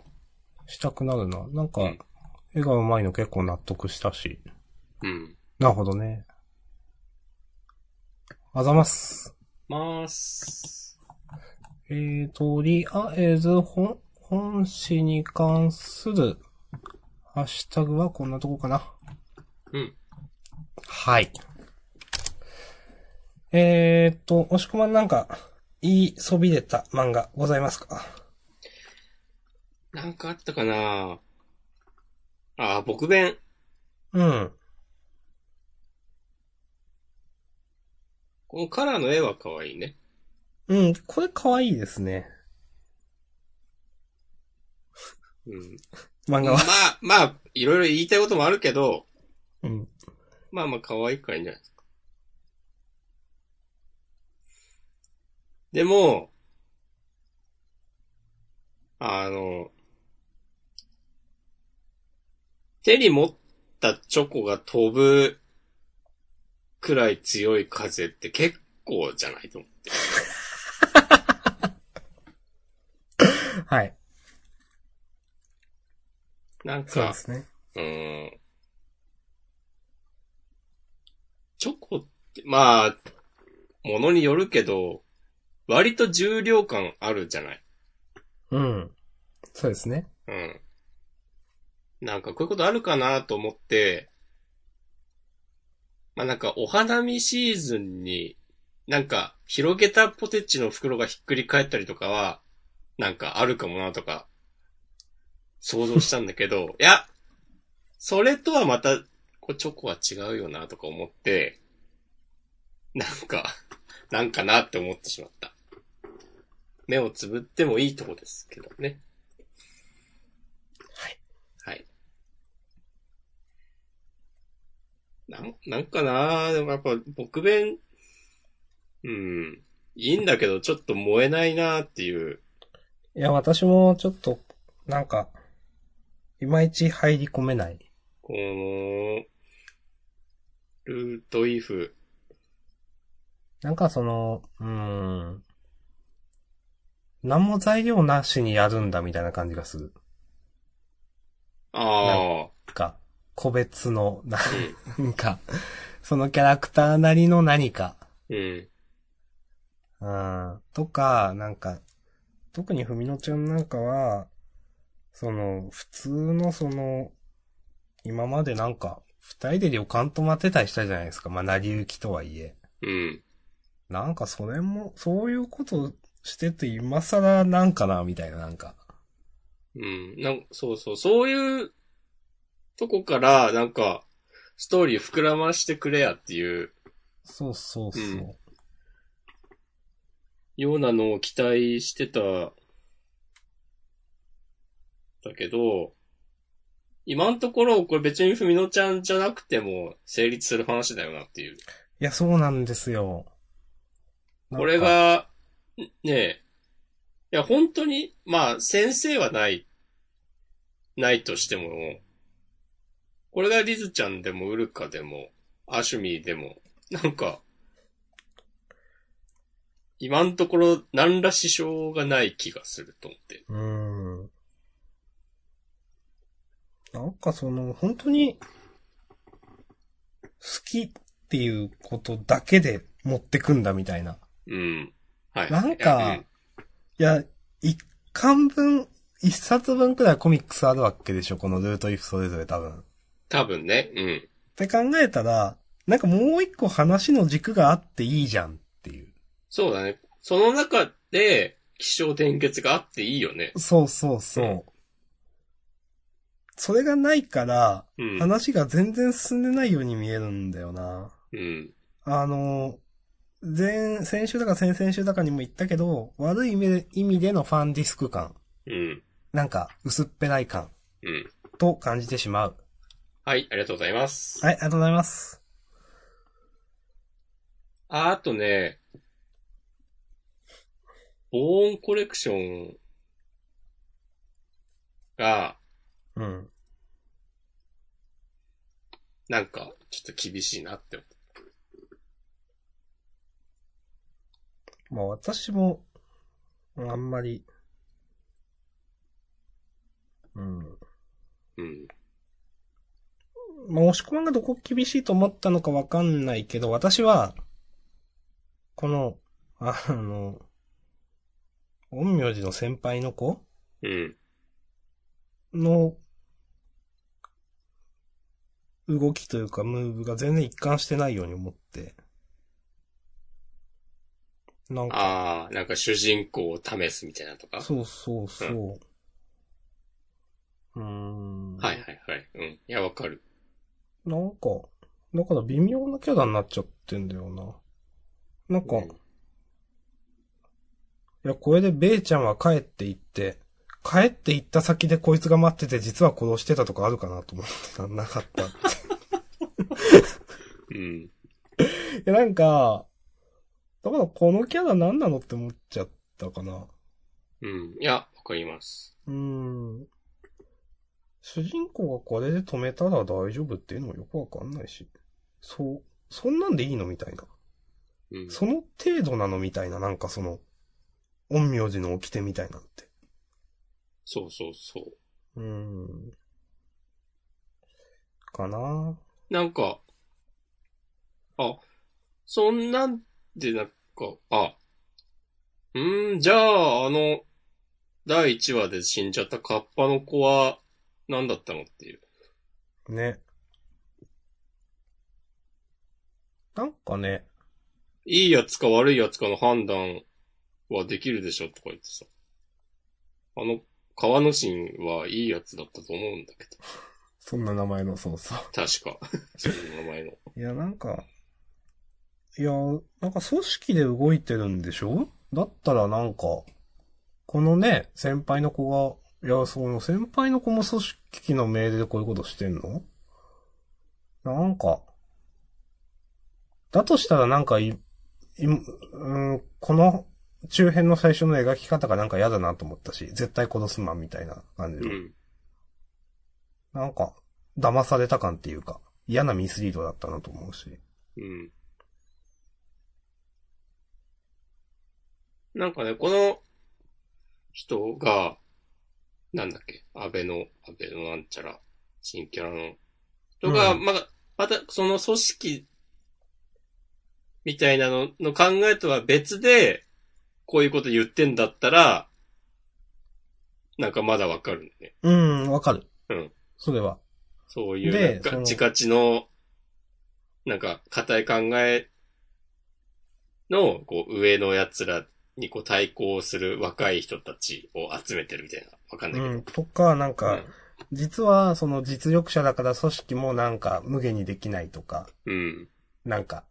B: したくなるな。なんか
A: うん、
B: 絵が上手いの結構納得したし。
A: うん。
B: なるほどね。あざます。
A: まーす。
B: えー、とりあえず、本、本誌に関する、ハッシュタグはこんなとこかな。
A: うん。
B: はい。えーっと、押し込まんなんか、言いそびれた漫画ございますか
A: なんかあったかなああ、僕弁。
B: うん。
A: このカラーの絵は可愛いね。
B: うん、これ可愛いですね。
A: うん。
B: 漫画
A: ま
B: は。
A: あ、まあ、いろいろ言いたいこともあるけど、
B: うん。
A: まあまあ可愛いからいいんじゃないですか。でも、あの、手に持ったチョコが飛ぶくらい強い風って結構じゃないと思う。
B: はい。
A: なん
B: そうで
A: か、
B: すね。
A: うーん。チョコって、まあ、ものによるけど、割と重量感あるじゃない
B: うん。そうですね。
A: うん。なんかこういうことあるかなと思って、まあなんかお花見シーズンに、なんか広げたポテチの袋がひっくり返ったりとかは、なんかあるかもなとか、想像したんだけど、いや、それとはまた、こうチョコは違うよなとか思って、なんか、なんかなって思ってしまった。目をつぶってもいいとこですけどね。はい。なん、なんかなでもやっぱ、僕弁、うん、いいんだけど、ちょっと燃えないなっていう。
B: いや、私もちょっと、なんか、いまいち入り込めない。
A: この、ルートイフ。
B: なんかその、うーん。何も材料なしにやるんだみたいな感じがする。
A: あ
B: か、個別の、な
A: あ、
B: なんか、そのキャラクターなりの何か、
A: うん、うん、
B: うん、とか、なんか、特にふみのちゃんなんかは、その、普通のその、今までなんか、二人で旅館泊まってたりしたじゃないですか。まあ、成り行きとはいえ。
A: うん。
B: なんかそれも、そういうことしてて今更なんかな、みたいな、なんか。
A: うん。なんか、そうそう、そういうとこから、なんか、ストーリー膨らましてくれやっていう
B: そうそうそう。
A: うんようなのを期待してた、だけど、今のところ、これ別にふみのちゃんじゃなくても成立する話だよなっていう。
B: いや、そうなんですよ。なんか
A: これ、が、ねえ、いや、本当に、まあ、先生はない、ないとしても、これがリズちゃんでもウルカでも、アシュミーでも、なんか、今のところ何ら支障がない気がすると思って。
B: うーん。なんかその、本当に、好きっていうことだけで持ってくんだみたいな。
A: うん。はい。
B: なんか、いや、一巻分、一冊分くらいコミックスあるわけでしょ、このルートイフそれぞれ多分。
A: 多分ね、うん。
B: って考えたら、なんかもう一個話の軸があっていいじゃんっていう。
A: そうだね。その中で、気象転結があっていいよね。
B: そうそうそう。
A: うん
B: それがないから、
A: うん。
B: 話が全然進んでないように見えるんだよな。
A: うん。
B: あの、前、先週だか先々週だかにも言ったけど、悪い意味で意味でのファンディスク感、
A: うん。
B: なんか薄っぺらい感
A: うん。
B: と感じてしまう。
A: はい、ありがとうございます。
B: はい、ありがとうございます。
A: あ、あとね、防音コレクションが、
B: うん。
A: なんか、ちょっと厳しいなって思っ
B: まあ私も、あんまり、うん。
A: た。うん。
B: まあ、押し込まんがどこ厳しいと思ったのかわかんないけど、私は、この、あの、陰陽師の先輩の子
A: うん。
B: の、動きというか、ムーブが全然一貫してないように思って。なんか、
A: ああ、なんか主人公を試すみたいなとか。
B: そうそうそう。うーん。
A: はいはいはい。うん。いや、わかる。
B: なんか、だから微妙なキャラになっちゃってんだよな。なんか、
A: うん
B: いや、これでベイちゃんは帰って行って、帰って行った先でこいつが待ってて実は殺してたとかあるかなと思ってた。なかった。い
A: うん。
B: や、なんか、だからこのキャラ何なのって思っちゃったかな。
A: うん。いや、わかります。
B: うーん。主人公がこれで止めたら大丈夫っていうのもよくわかんないし。そう、そんなんでいいのみたいな。
A: うん。
B: その程度なのみたいな、なんかその、陰陽師の掟みたいなんて。
A: そうそうそう
B: ーん。かな
A: う。なんか、あ、そんなんでなんか、あ、うーん、じゃあ、あの、第1話で死んじゃったカッパの子は、何だったのっていう。
B: ね。なんかね、
A: いいやつか悪いやつかの判断はできるでしょとか言ってさ。あの、川の神はいいやつだったと思うんだけど。
B: そんな名前の、そうそう。
A: 確か。その名前の。
B: いや、なんか、いや、なんか組織で動いてるんでしょだったらなんか、このね、先輩の子が、いや、その先輩の子も組織の命令でこういうことしてんのなんか、だとしたらなんかい、い、うん、この中編の最初の描き方がなんか嫌だなと思ったし、絶対殺すまんみたいな感
A: う
B: じの。
A: ん。
B: なんか、騙された感っていうか、嫌なミスリードだったなと思うし。
A: うん。なんかね、この人が、なんだっけ、安倍の、安倍のなんちゃら、新キャラの人が、
B: うん
A: まだ、また、その組織、みたいなのの考えとは別で、こういうこと言ってんだったら、なんかまだわかるね。
B: うん、わかる。
A: うん。
B: それは。
A: そういう、
B: で
A: なんか
B: その
A: ガチガチの、なんか、固い考えの、こう、上の奴らにこう対抗する若い人たちを集めてるみたいな。わかんな
B: う
A: いけど。
B: ん。とか、なんか、実は、その実力者だから組織もなんか、無限にできないとか、
A: うん。うん。
B: なんか。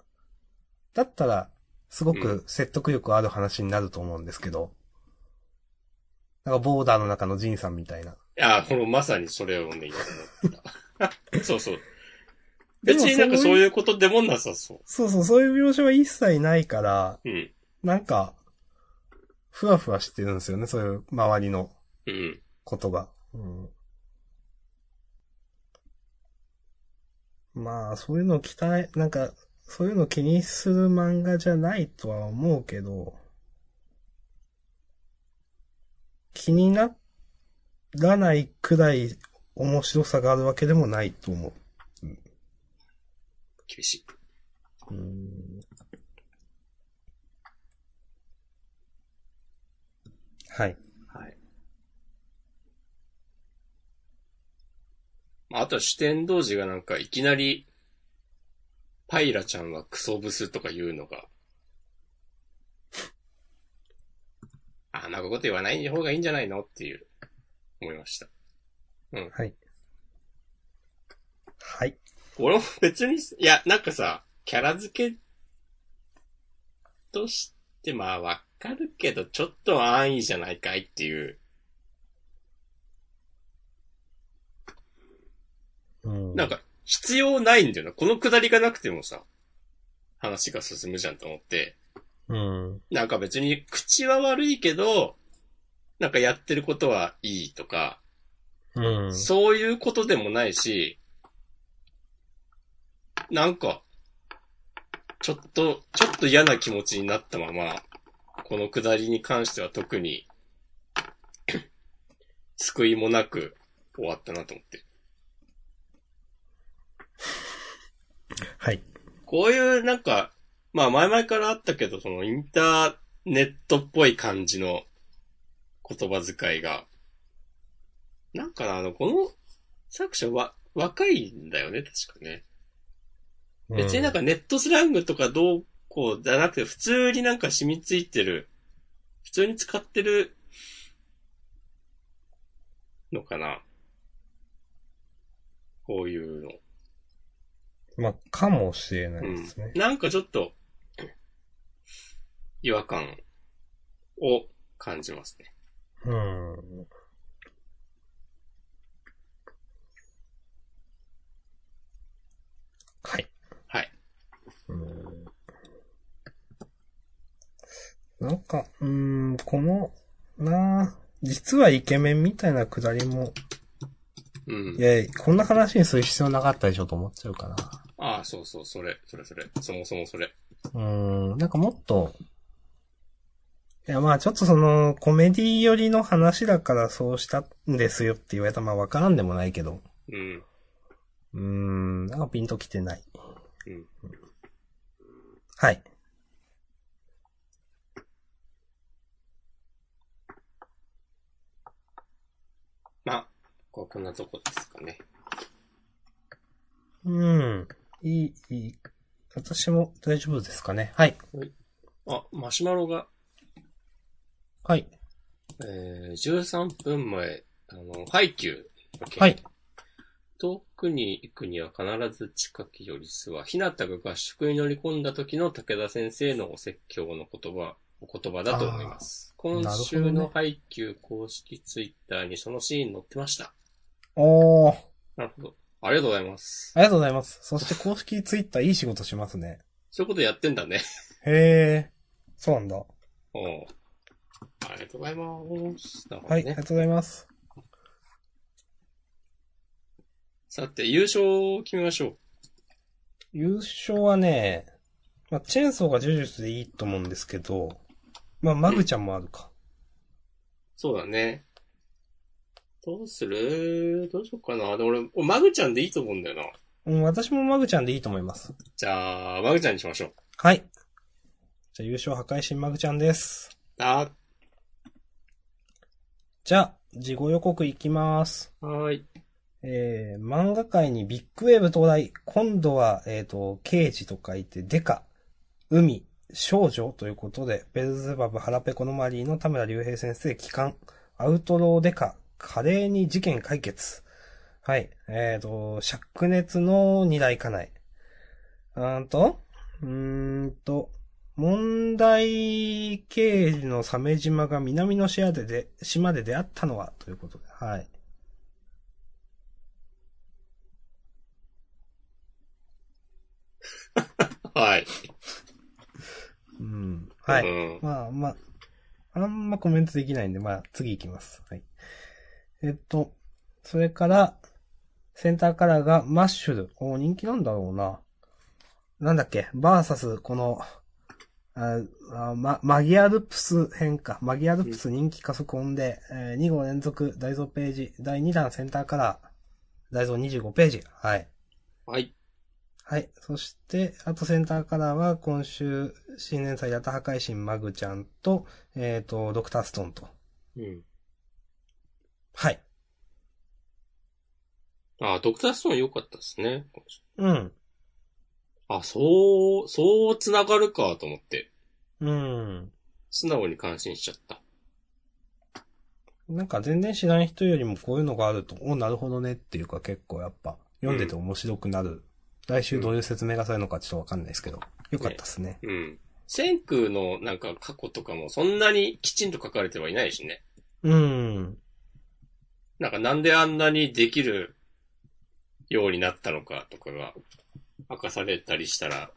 B: だったら、すごく説得力ある話になると思うんですけど、なんか、ボーダーの中のジンさんみたいな。
A: いや、このまさにそれをね、今思った。そうそう。
B: で
A: 別
B: も
A: になんか
B: そう
A: そ
B: いう
A: ういうことでもなさそ
B: そうそう、そういう描写は一切ないから、
A: う。うん。
B: なんか、ふわふわしてるんですよね、そういう周りの
A: うん。
B: ことが。うん。まあ、そういうの期待、なんか、そういうの気にする漫画じゃないとは思うけど、気にならないくらい面白さがあるわけでもないと思
A: 厳しい。
B: う。うん。はい。
A: はい。まあ、あとは主天童寺がなんかいきなり、パイラちゃんはクソブスとか言うのが、あんなこと言わない方がいいんじゃないのっていう、思いました。
B: はい。はい。
A: 俺も別に、いや、なんかさ、キャラ付けとして、まあわかるけど、ちょっと安易じゃないかいっていう。
B: うん
A: なんか、必要ないんだよな。このくだりがなくてもさ、話が進むじゃんと思って。
B: うん。
A: なんか別に、口は悪いけど、なんかやってることはいいとか、
B: うん。
A: そういうことでもないし、なんか、ちょっと、ちょっと嫌な気持ちになったまま、このくだりに関しては特に、 救いもなく終わったなと思って。
B: はい。
A: こういうなんか、まあ前々からあったけど、そのインターネットっぽい感じの言葉遣いが、なんかな、あの、この作者は若いんだよね、確かね。別になんかネットスラングとかどうこうじゃなくて、普通になんか染みついてる、普通に使ってるのかな。こういうの。
B: まあ、かもしれないですね。
A: なんかちょっと、違和感を感じますね。
B: うん。はい。
A: はい。
B: うんなんか、うーん、この、なあ実はイケメンみたいなくだりも、
A: うん
B: い。や、こんな話にする必要なかったでしょと思っちゃうかな。
A: ああ、そうそう、それ、それそれ。そもそもそれ。
B: うーん、なんかもっと、いや、まあちょっとその、コメディ寄りの話だからそうしたんですよって言われたらまあわからんでもないけど、
A: うん。
B: うーん、なんかピンときてない。
A: うん。
B: はい。
A: まあ、こうこんなとこですかね。
B: うん、いい、いい。私も大丈夫ですかね。はい。
A: あ、マシュマロが、
B: はい。
A: えー、13分前、あの、ハイキュー。
B: はい。。
A: 遠くに行くには必ず近きよりすは、ひなたが合宿に乗り込んだ時の武田先生のお説教の言葉、お言葉だと思います。今
B: なる
A: 週
B: ほど
A: の
B: ね
A: ハイキュー公式ツイッターにそのシーン載ってました。
B: おー、
A: なるほど。ありがとうございます。
B: ありがとうございます。そして公式ツイッターいい仕事しますね。
A: そういうことやってんだね。
B: へえ、そうなんだ。は
A: おうありがとうございます。なるほど
B: い、あり
A: ね
B: が。とうございます。
A: さて、優勝を決めましょう。
B: 優勝はね、まあ、チェーンソーが呪術でいいと思うんですけど、まあ、マグちゃんもあるか。
A: そうだね。どうするどうしようかな。で俺、俺マグちゃんでいいと思うんだよな。
B: うん、私もマグちゃんでいいと思います。
A: じゃあ、マグちゃんにしましょう。
B: はい。じゃあ優勝破壊神マグちゃんです。
A: あ
B: じゃあ、事後予告いきます。
A: はーい。
B: えー、漫画界にビッグウェーブ到来。今度は、えっ、と、刑事と書いて、デカ、海、少女ということで、ベルゼバブ、ハラペコのマリーの田村隆平先生、帰還、アウトローデカ、華麗に事件解決。はい。えっ、と、灼熱の二大家内。うーんと、うーんと、問題刑事の鮫島が南の島でで、島で出会ったのは、ということで、はい。
A: はい。
B: うん。はい。
A: うん
B: まあまあ、あんまコメントできないんで、まあ次行きます。はい。えっと、それから、センターカラーがマッシュル。お人気なんだろうな。なんだっけ、バーサス、この、ああま、マギアルプス変化。マギアルプス人気加速音で、えー2号連続大蔵ページ、第2弾センターカラー、大蔵25ページ。はい。
A: はい。
B: はい。そして、あとセンターカラーは今週、新年祭八田破壊神マグちゃんと、えっ、と、ドクターストーンと。
A: うん。
B: はい。
A: あ、ドクターストーン良かったですね。
B: うん。
A: あ、そう、そう繋がるかと思って、
B: うん。
A: 素直に感心しちゃった。
B: なんか全然知らん人よりもこういうのがあると、お、なるほどねっていうか結構やっぱ、読んでて面白くなる。来週どういう説明がされるのかちょっとわかんないですけど、よかったですね。
A: うん。千空のなんか過去とかもそんなにきちんと書かれてはいないしね。
B: うん。
A: なんかなんであんなにできるようになったのかとかが明かされたりしたら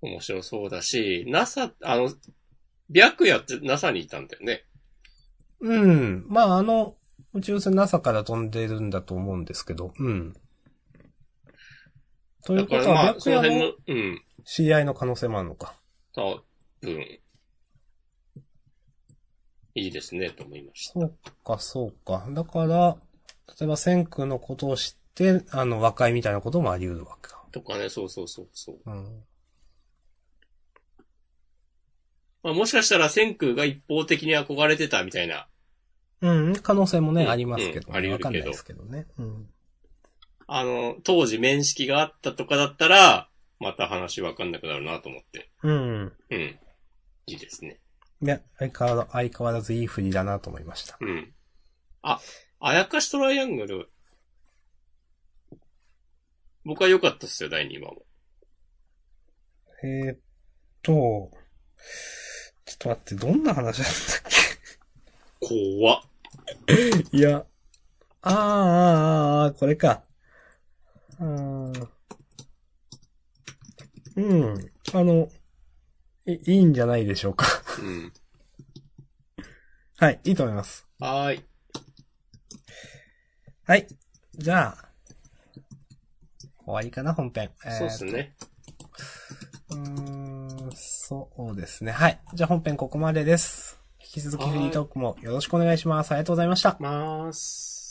A: 面白そうだし、NASA、あの、白夜って NASA にいたんだよね。
B: うん。まあ、あの、宇宙船 NASA から飛んでるんだと思うんですけど、うん。という
A: だ
B: こ
A: から
B: とは、
A: まあ、
B: 白
A: その
B: 夜
A: 辺
B: の
A: の、うん。
B: 知り合いの可能性もあるのか。
A: 多分、いいですね、と思いました。
B: そうか、そうか。だから、例えば、千空のことを知って、あの、和解みたいなこともあり得るわけか。
A: とかね、そうそうそうそう。
B: うん。
A: まあ、もしかしたら千空が一方的に憧れてたみたいな、
B: うん、可能性もね、
A: うん
B: ありますけど、
A: うんあり
B: わ
A: 得
B: かん
A: るけ
B: な
A: ど
B: いですけどね。うん。
A: あの、当時面識があったとかだったら、また話わかんなくなるなと思って。
B: うん。
A: うん。いいですね。
B: ね、相変わら相変わらずいい振りだなと思いました。
A: うん。あ、あやかしトライアングル。僕は良かったっすよ、第2話も。
B: えーっと、ちょっと待って、どんな話だったっ
A: 怖っ。
B: けいや、あーあーあーあー、これか。うーん。うん。あの、い、いいんじゃないでしょうか。
A: うん。
B: はい、いいと思います。
A: はーい。
B: はい。じゃあ、終わりかな、本編。
A: そうっすね。
B: うーんそうですね。はい。じゃあ本編ここまでです。引き続きフリートークもよろしくお願いします。ありがとうございました。
A: まーす。